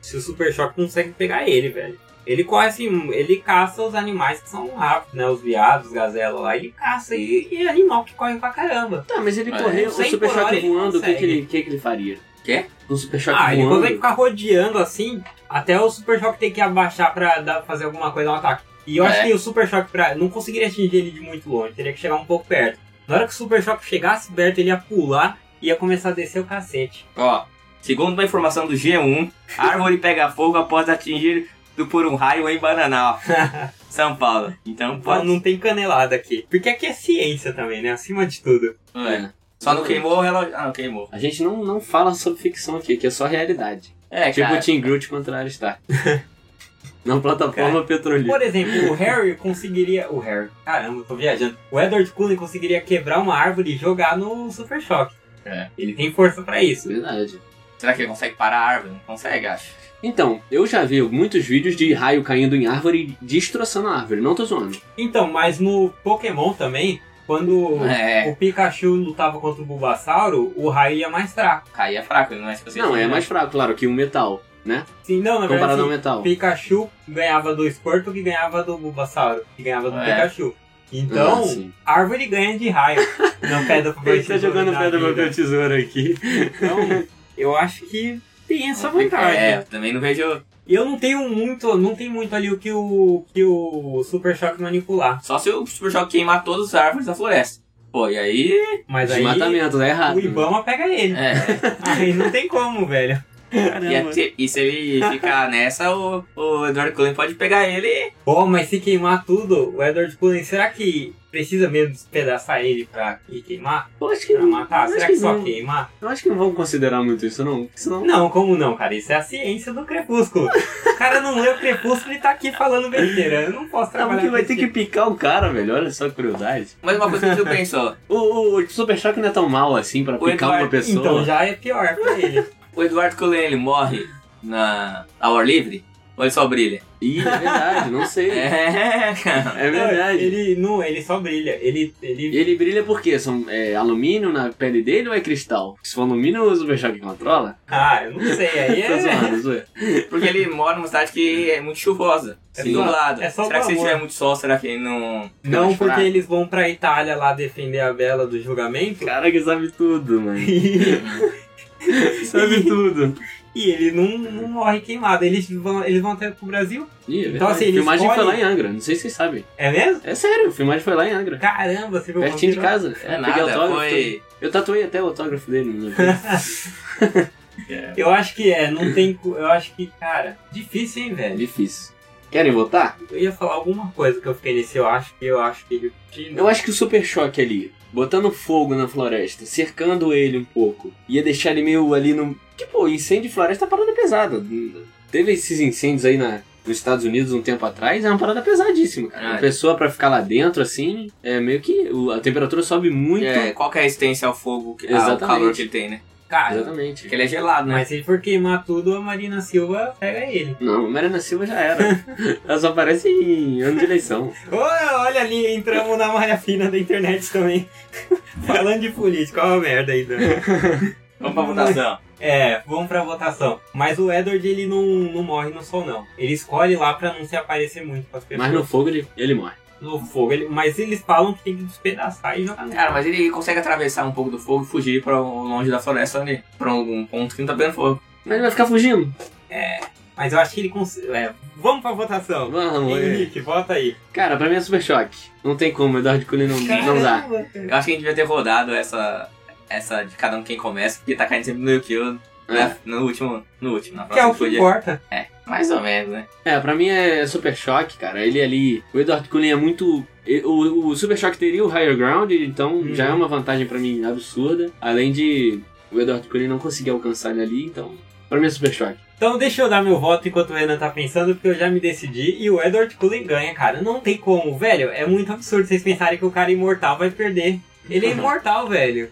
[SPEAKER 1] Se o Super Choque consegue pegar ele, velho. Ele corre assim, ele caça os animais que são rápidos, né? Os viados, os gazela lá. Ele caça e, e é animal que corre pra caramba.
[SPEAKER 2] Tá, mas ele
[SPEAKER 3] É,
[SPEAKER 2] correu, o
[SPEAKER 1] cem
[SPEAKER 2] Super
[SPEAKER 1] por hora
[SPEAKER 2] Choque
[SPEAKER 1] ele
[SPEAKER 2] voando, o que que
[SPEAKER 1] consegue.
[SPEAKER 2] ele, que que ele faria?
[SPEAKER 3] Quê?
[SPEAKER 2] Um Super Choque
[SPEAKER 3] Tá
[SPEAKER 1] Ah, ele
[SPEAKER 2] voando.
[SPEAKER 1] consegue ficar rodeando assim, até o Super Choque ter que abaixar pra dar- fazer alguma coisa, um ataque. E eu acho
[SPEAKER 3] É.
[SPEAKER 1] que o Super Choque pra, não conseguiria atingir ele de muito longe, teria que chegar um pouco perto. Na hora que o Super Choque chegasse perto, ele ia pular e ia começar a descer o cacete.
[SPEAKER 3] Ó, segundo uma informação do G1, árvore pega fogo após atingir do- por um raio em Bananal. São Paulo. Então
[SPEAKER 1] Pô,
[SPEAKER 3] pode.
[SPEAKER 1] não tem canelada aqui. Porque aqui é ciência também, né? Acima de tudo.
[SPEAKER 3] É.
[SPEAKER 2] É.
[SPEAKER 3] Só não queimou o relógio. Ah, não queimou.
[SPEAKER 2] A gente não, não fala sobre ficção aqui, que é só realidade.
[SPEAKER 3] É,
[SPEAKER 2] tipo
[SPEAKER 3] cara.
[SPEAKER 2] o Team Groot contra o Star. Na plataforma petroleira.
[SPEAKER 1] Por exemplo, o Harry conseguiria. O Harry. Caramba, eu tô viajando. O Edward Cullen conseguiria quebrar uma árvore e jogar no Super Choque.
[SPEAKER 3] É.
[SPEAKER 1] Ele tem força pra isso.
[SPEAKER 2] Verdade.
[SPEAKER 3] Será que ele consegue parar a árvore? Não consegue, acho.
[SPEAKER 2] Então, eu já vi muitos vídeos de raio caindo em árvore e destroçando a árvore, não tô zoando.
[SPEAKER 1] Então, mas no Pokémon também, quando
[SPEAKER 3] É,
[SPEAKER 1] o Pikachu lutava contra o Bulbasauro, o raio ia mais fraco.
[SPEAKER 3] cair é fraco, ele não é especialista.
[SPEAKER 2] Não, é mais fraco, claro, que um metal, né?
[SPEAKER 1] Sim, não, na verdade.
[SPEAKER 2] Comparado
[SPEAKER 1] sim.
[SPEAKER 2] ao metal.
[SPEAKER 1] O Pikachu ganhava do Squirtle que ganhava do Bulbasauro, que ganhava do
[SPEAKER 3] É.
[SPEAKER 1] Pikachu. Então,
[SPEAKER 2] Ah, sim.
[SPEAKER 1] árvore ganha de raio. Não pedra pro
[SPEAKER 2] Ele
[SPEAKER 1] meu
[SPEAKER 2] tá
[SPEAKER 1] tesouro
[SPEAKER 2] jogando
[SPEAKER 1] da
[SPEAKER 2] pedra
[SPEAKER 1] vida.
[SPEAKER 2] papel tesoura aqui.
[SPEAKER 1] Então, eu acho que tem essa
[SPEAKER 3] É,
[SPEAKER 1] vantagem.
[SPEAKER 3] eu também não vejo.
[SPEAKER 1] E eu não tenho muito, não tem muito ali o que o, que o Super Choque manipular.
[SPEAKER 3] Só se o Super Choque queimar todas as árvores da floresta. Pô, e aí.
[SPEAKER 1] Mas aí
[SPEAKER 2] Desmatamento, tá errado.
[SPEAKER 1] o Ibama pega ele.
[SPEAKER 3] É.
[SPEAKER 1] Aí não tem como, velho.
[SPEAKER 3] E, até- e se ele ficar nessa, o, o Edward Cullen pode pegar ele e.
[SPEAKER 1] Pô, mas se queimar tudo, o Edward Cullen, será que precisa mesmo despedaçar ele pra ir queimar?
[SPEAKER 2] Eu acho que
[SPEAKER 1] Pra
[SPEAKER 2] não.
[SPEAKER 1] matar?
[SPEAKER 2] eu
[SPEAKER 1] Será
[SPEAKER 2] acho
[SPEAKER 1] que
[SPEAKER 2] que
[SPEAKER 1] só
[SPEAKER 2] não.
[SPEAKER 1] queimar?
[SPEAKER 2] Eu acho que não vão considerar muito isso, não. Porque senão.
[SPEAKER 1] Não, como não, cara? Isso é a ciência do crepúsculo. O cara não lê o crepúsculo e tá aqui falando besteira. Eu não posso
[SPEAKER 2] Não,
[SPEAKER 1] trabalhar
[SPEAKER 2] porque vai
[SPEAKER 1] com tipo
[SPEAKER 2] ter que
[SPEAKER 1] isso.
[SPEAKER 2] picar o cara, velho. Olha só que curiosidade.
[SPEAKER 3] Mas uma coisa que tu pensou:
[SPEAKER 2] O, o, o Super Choque não é tão mal assim pra
[SPEAKER 3] O
[SPEAKER 2] picar uma
[SPEAKER 3] Eduardo-
[SPEAKER 2] pessoa.
[SPEAKER 1] Então já é pior pra ele.
[SPEAKER 3] o Edward Cullen ele morre na, ao ar livre? Ou ele só brilha?
[SPEAKER 2] Ih, é verdade, não sei. É,
[SPEAKER 3] É, cara.
[SPEAKER 1] Não,
[SPEAKER 2] verdade. Ele...
[SPEAKER 1] Ele não, ele só brilha. Ele, ele
[SPEAKER 2] brilha por quê? São, é, alumínio na pele dele ou é cristal? Se for alumínio, o Super Choque controla?
[SPEAKER 1] Ah, eu não sei. Aí
[SPEAKER 2] Tô
[SPEAKER 1] é.
[SPEAKER 2] Tá zoando, zoando.
[SPEAKER 3] Porque ele mora numa cidade que é muito chuvosa. É
[SPEAKER 2] Sim.
[SPEAKER 3] nublado.
[SPEAKER 1] É só
[SPEAKER 3] será que se
[SPEAKER 1] glamour.
[SPEAKER 3] tiver muito sol, será que ele não.
[SPEAKER 1] Não,
[SPEAKER 2] mais
[SPEAKER 1] porque
[SPEAKER 2] Tá fraco.
[SPEAKER 1] eles vão pra Itália lá defender a vela do julgamento.
[SPEAKER 2] Cara que sabe tudo, mano.
[SPEAKER 1] E,
[SPEAKER 2] Sabe tudo.
[SPEAKER 1] e ele não, não morre queimado. Eles vão, eles vão até pro Brasil?
[SPEAKER 2] Ih, é
[SPEAKER 1] Então,
[SPEAKER 2] verdade.
[SPEAKER 1] assim,
[SPEAKER 2] a
[SPEAKER 1] ele
[SPEAKER 2] filmagem
[SPEAKER 1] escolhe-
[SPEAKER 2] foi lá em Angra, não sei se vocês sabem.
[SPEAKER 1] É mesmo?
[SPEAKER 2] É sério, a filmagem foi lá em Angra.
[SPEAKER 1] Caramba, você viu como
[SPEAKER 2] Pertinho de
[SPEAKER 1] virou?
[SPEAKER 2] casa.
[SPEAKER 3] É
[SPEAKER 2] peguei
[SPEAKER 3] nada,
[SPEAKER 2] autógrafo.
[SPEAKER 3] foi.
[SPEAKER 2] Eu tatuei até o autógrafo dele. Né?
[SPEAKER 1] Eu acho que é, não tem. co- Eu acho que, cara, difícil, hein,
[SPEAKER 2] é
[SPEAKER 1] velho?
[SPEAKER 2] difícil. Querem votar?
[SPEAKER 1] Eu ia falar alguma coisa que eu fiquei nesse, eu acho que eu acho que. que não.
[SPEAKER 2] Eu acho que o Super Choque ali, botando fogo na floresta, cercando ele um pouco, ia deixar ele meio ali no. Que pô, incêndio de floresta é uma parada pesada. Teve esses incêndios aí na. Nos Estados Unidos, um tempo atrás, é uma parada pesadíssima. cara. Uma
[SPEAKER 3] Verdade.
[SPEAKER 2] pessoa pra ficar lá dentro, assim, é meio que. o- A temperatura sobe muito.
[SPEAKER 3] É, qual que é a resistência ao fogo, que- ao
[SPEAKER 2] Exatamente.
[SPEAKER 3] calor que ele tem, né?
[SPEAKER 1] Cara,
[SPEAKER 2] Exatamente.
[SPEAKER 3] Porque ele é gelado, né?
[SPEAKER 1] mas se ele for queimar tudo, a Marina Silva pega ele.
[SPEAKER 2] Não, Mariana Silva já era. Ela só aparece em ano de eleição.
[SPEAKER 1] Ô, olha ali, entramos na malha fina da internet também. Falando de política, olha a merda ainda.
[SPEAKER 3] Vamos pra votação.
[SPEAKER 1] É, vamos pra votação. Mas o Edward, ele não, não morre no sol, não. Ele escolhe lá pra não se aparecer muito pras pessoas.
[SPEAKER 2] Mas no fogo ele, ele morre.
[SPEAKER 1] no fogo. ele- mas eles falam que tem que despedaçar e
[SPEAKER 2] É,
[SPEAKER 1] jogar no
[SPEAKER 3] Cara, mas ele consegue atravessar um pouco do fogo e fugir pra o- longe da floresta ali. Pra algum ponto que não tá pegando fogo.
[SPEAKER 2] Mas ele vai ficar fugindo.
[SPEAKER 1] Mas eu acho que ele consegue. É, vamos pra votação.
[SPEAKER 2] Vamos, é.
[SPEAKER 1] Henrique, vota aí.
[SPEAKER 2] Cara, pra mim é super choque. Não tem como, Eduardo Cunha não, não dá.
[SPEAKER 1] Caramba, cara.
[SPEAKER 3] Eu acho que a gente devia ter rodado essa. Essa de cada um quem começa, porque tá caindo sempre no Yukio,
[SPEAKER 2] É.
[SPEAKER 3] né? No último. No último, na
[SPEAKER 1] Que é
[SPEAKER 3] próxima
[SPEAKER 1] o que importa.
[SPEAKER 3] Mais ou menos, né?
[SPEAKER 2] é, pra mim é super choque, cara. Ele ali. O Eduardo Cunha é muito. e- O, o Super Choque teria o higher ground, então
[SPEAKER 1] Uhum.
[SPEAKER 2] já é uma vantagem pra mim absurda. Além de o Eduardo Cunha não conseguir alcançar ele ali, então. Pra mim é super choque.
[SPEAKER 1] Então deixa eu dar meu voto enquanto o Renan tá pensando, porque eu já me decidi. E o Edward Cullen ganha, cara. Não tem como, velho. É muito absurdo vocês pensarem que o cara imortal vai perder. Ele é imortal, velho.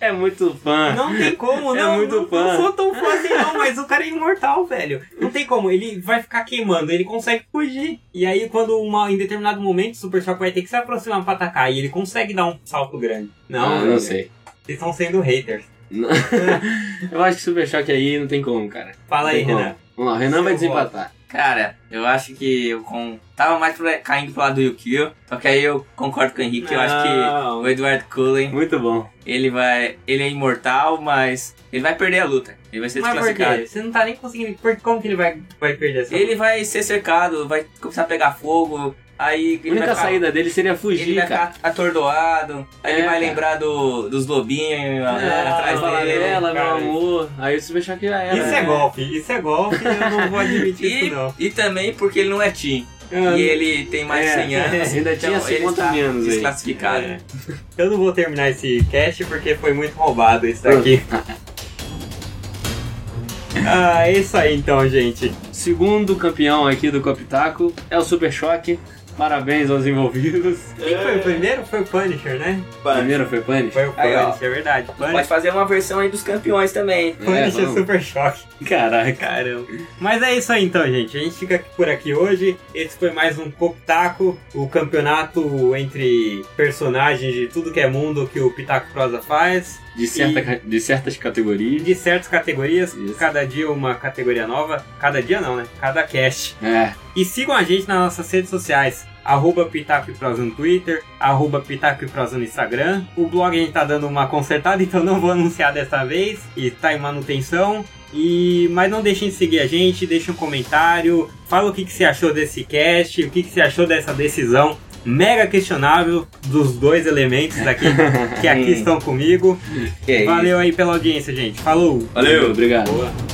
[SPEAKER 2] É muito fã.
[SPEAKER 1] Não tem como,
[SPEAKER 2] É
[SPEAKER 1] não.
[SPEAKER 2] muito
[SPEAKER 1] não,
[SPEAKER 2] fã.
[SPEAKER 1] não sou tão fã assim, não, mas o cara é imortal, velho. Não tem como. Ele vai ficar queimando, ele consegue fugir. E aí, quando uma, em determinado momento, o Super Shock vai ter que se aproximar pra atacar e ele consegue dar um salto grande. Não,
[SPEAKER 2] Ah,
[SPEAKER 1] velho,
[SPEAKER 2] não sei.
[SPEAKER 1] Vocês estão sendo haters.
[SPEAKER 2] Eu acho que Super Choque aí não tem como, cara.
[SPEAKER 1] Fala aí,
[SPEAKER 2] Tem como.
[SPEAKER 1] Renan.
[SPEAKER 2] Vamos lá, o Renan vai
[SPEAKER 1] Seu voto.
[SPEAKER 2] desempatar.
[SPEAKER 3] Cara, eu acho que eu com... tava mais pra- caindo pro lado do Yukio, só que aí eu concordo com o Henrique, eu acho que
[SPEAKER 1] Não.
[SPEAKER 3] o Edward Cullen,
[SPEAKER 2] Muito bom.
[SPEAKER 3] ele vai. Ele é imortal, mas ele vai perder a luta. Ele vai ser
[SPEAKER 1] Mas por
[SPEAKER 3] desclassificado.
[SPEAKER 1] quê? Você não tá nem conseguindo. por- Como que ele vai, vai perder essa?
[SPEAKER 3] Ele vai ser cercado, vai começar a pegar fogo, aí
[SPEAKER 2] A
[SPEAKER 3] ele vai
[SPEAKER 1] tá
[SPEAKER 2] única
[SPEAKER 3] ficar,
[SPEAKER 2] saída dele seria
[SPEAKER 3] ele
[SPEAKER 2] fugir,
[SPEAKER 3] vai
[SPEAKER 2] cara.
[SPEAKER 3] ficar atordoado, aí
[SPEAKER 2] É,
[SPEAKER 3] ele vai
[SPEAKER 2] cara.
[SPEAKER 3] lembrar do, dos lobinhos
[SPEAKER 2] É,
[SPEAKER 1] Ah,
[SPEAKER 3] atrás
[SPEAKER 2] falar
[SPEAKER 1] dele,
[SPEAKER 2] dela, meu
[SPEAKER 1] cara.
[SPEAKER 2] amor. Aí o Super Choque já era.
[SPEAKER 1] Isso é
[SPEAKER 2] né?
[SPEAKER 1] golpe, isso é golpe, eu não vou admitir
[SPEAKER 3] E,
[SPEAKER 1] isso, não.
[SPEAKER 3] e também porque ele não é Team.
[SPEAKER 1] Eu-
[SPEAKER 3] E ele tem mais de
[SPEAKER 2] Ah. É,
[SPEAKER 3] 100 anos.
[SPEAKER 2] ainda tinha
[SPEAKER 3] então ele
[SPEAKER 2] 50
[SPEAKER 3] está
[SPEAKER 2] menos aí.
[SPEAKER 3] Desclassificado.
[SPEAKER 1] É. Eu não vou terminar esse cast porque foi muito roubado esse daqui. Ah, é isso aí então, gente.
[SPEAKER 2] Segundo campeão aqui do Copitaco é o Super Choque. Parabéns aos envolvidos.
[SPEAKER 1] Quem foi o primeiro? Foi o Punisher, né?
[SPEAKER 2] Primeiro foi Punish.
[SPEAKER 1] Foi o
[SPEAKER 3] Aí, ó.
[SPEAKER 1] Punisher, é verdade.
[SPEAKER 3] Pode
[SPEAKER 1] Punisher,
[SPEAKER 3] fazer uma versão aí dos campeões também.
[SPEAKER 2] É,
[SPEAKER 1] Punisher
[SPEAKER 2] vamos.
[SPEAKER 1] Super Choque.
[SPEAKER 2] Caraca.
[SPEAKER 1] Caramba. Mas é isso aí então, gente. A gente fica aqui por aqui hoje. Esse foi mais um Copitaco, o campeonato entre personagens de tudo que é mundo que o Pitaco Prosa faz.
[SPEAKER 2] De, certa, ca- de certas categorias.
[SPEAKER 1] De certas categorias,
[SPEAKER 2] Isso.
[SPEAKER 1] cada dia uma categoria nova. Cada dia não, né? Cada cast.
[SPEAKER 2] É.
[SPEAKER 1] E sigam a gente nas nossas redes sociais. Arroba Pitaco e Prosa no Twitter, arroba Pitaco e Prosa no Instagram. O blog a gente tá dando uma consertada, então não vou anunciar dessa vez. E tá em manutenção. E Mas não deixem de seguir a gente, deixa um comentário. Fala o que, que você achou desse cast, o que, que você achou dessa decisão mega questionável dos dois elementos aqui que aqui estão comigo.
[SPEAKER 3] Que é isso.
[SPEAKER 1] Valeu aí pela audiência, gente. Falou!
[SPEAKER 3] Valeu.
[SPEAKER 2] Obrigado.
[SPEAKER 1] Boa.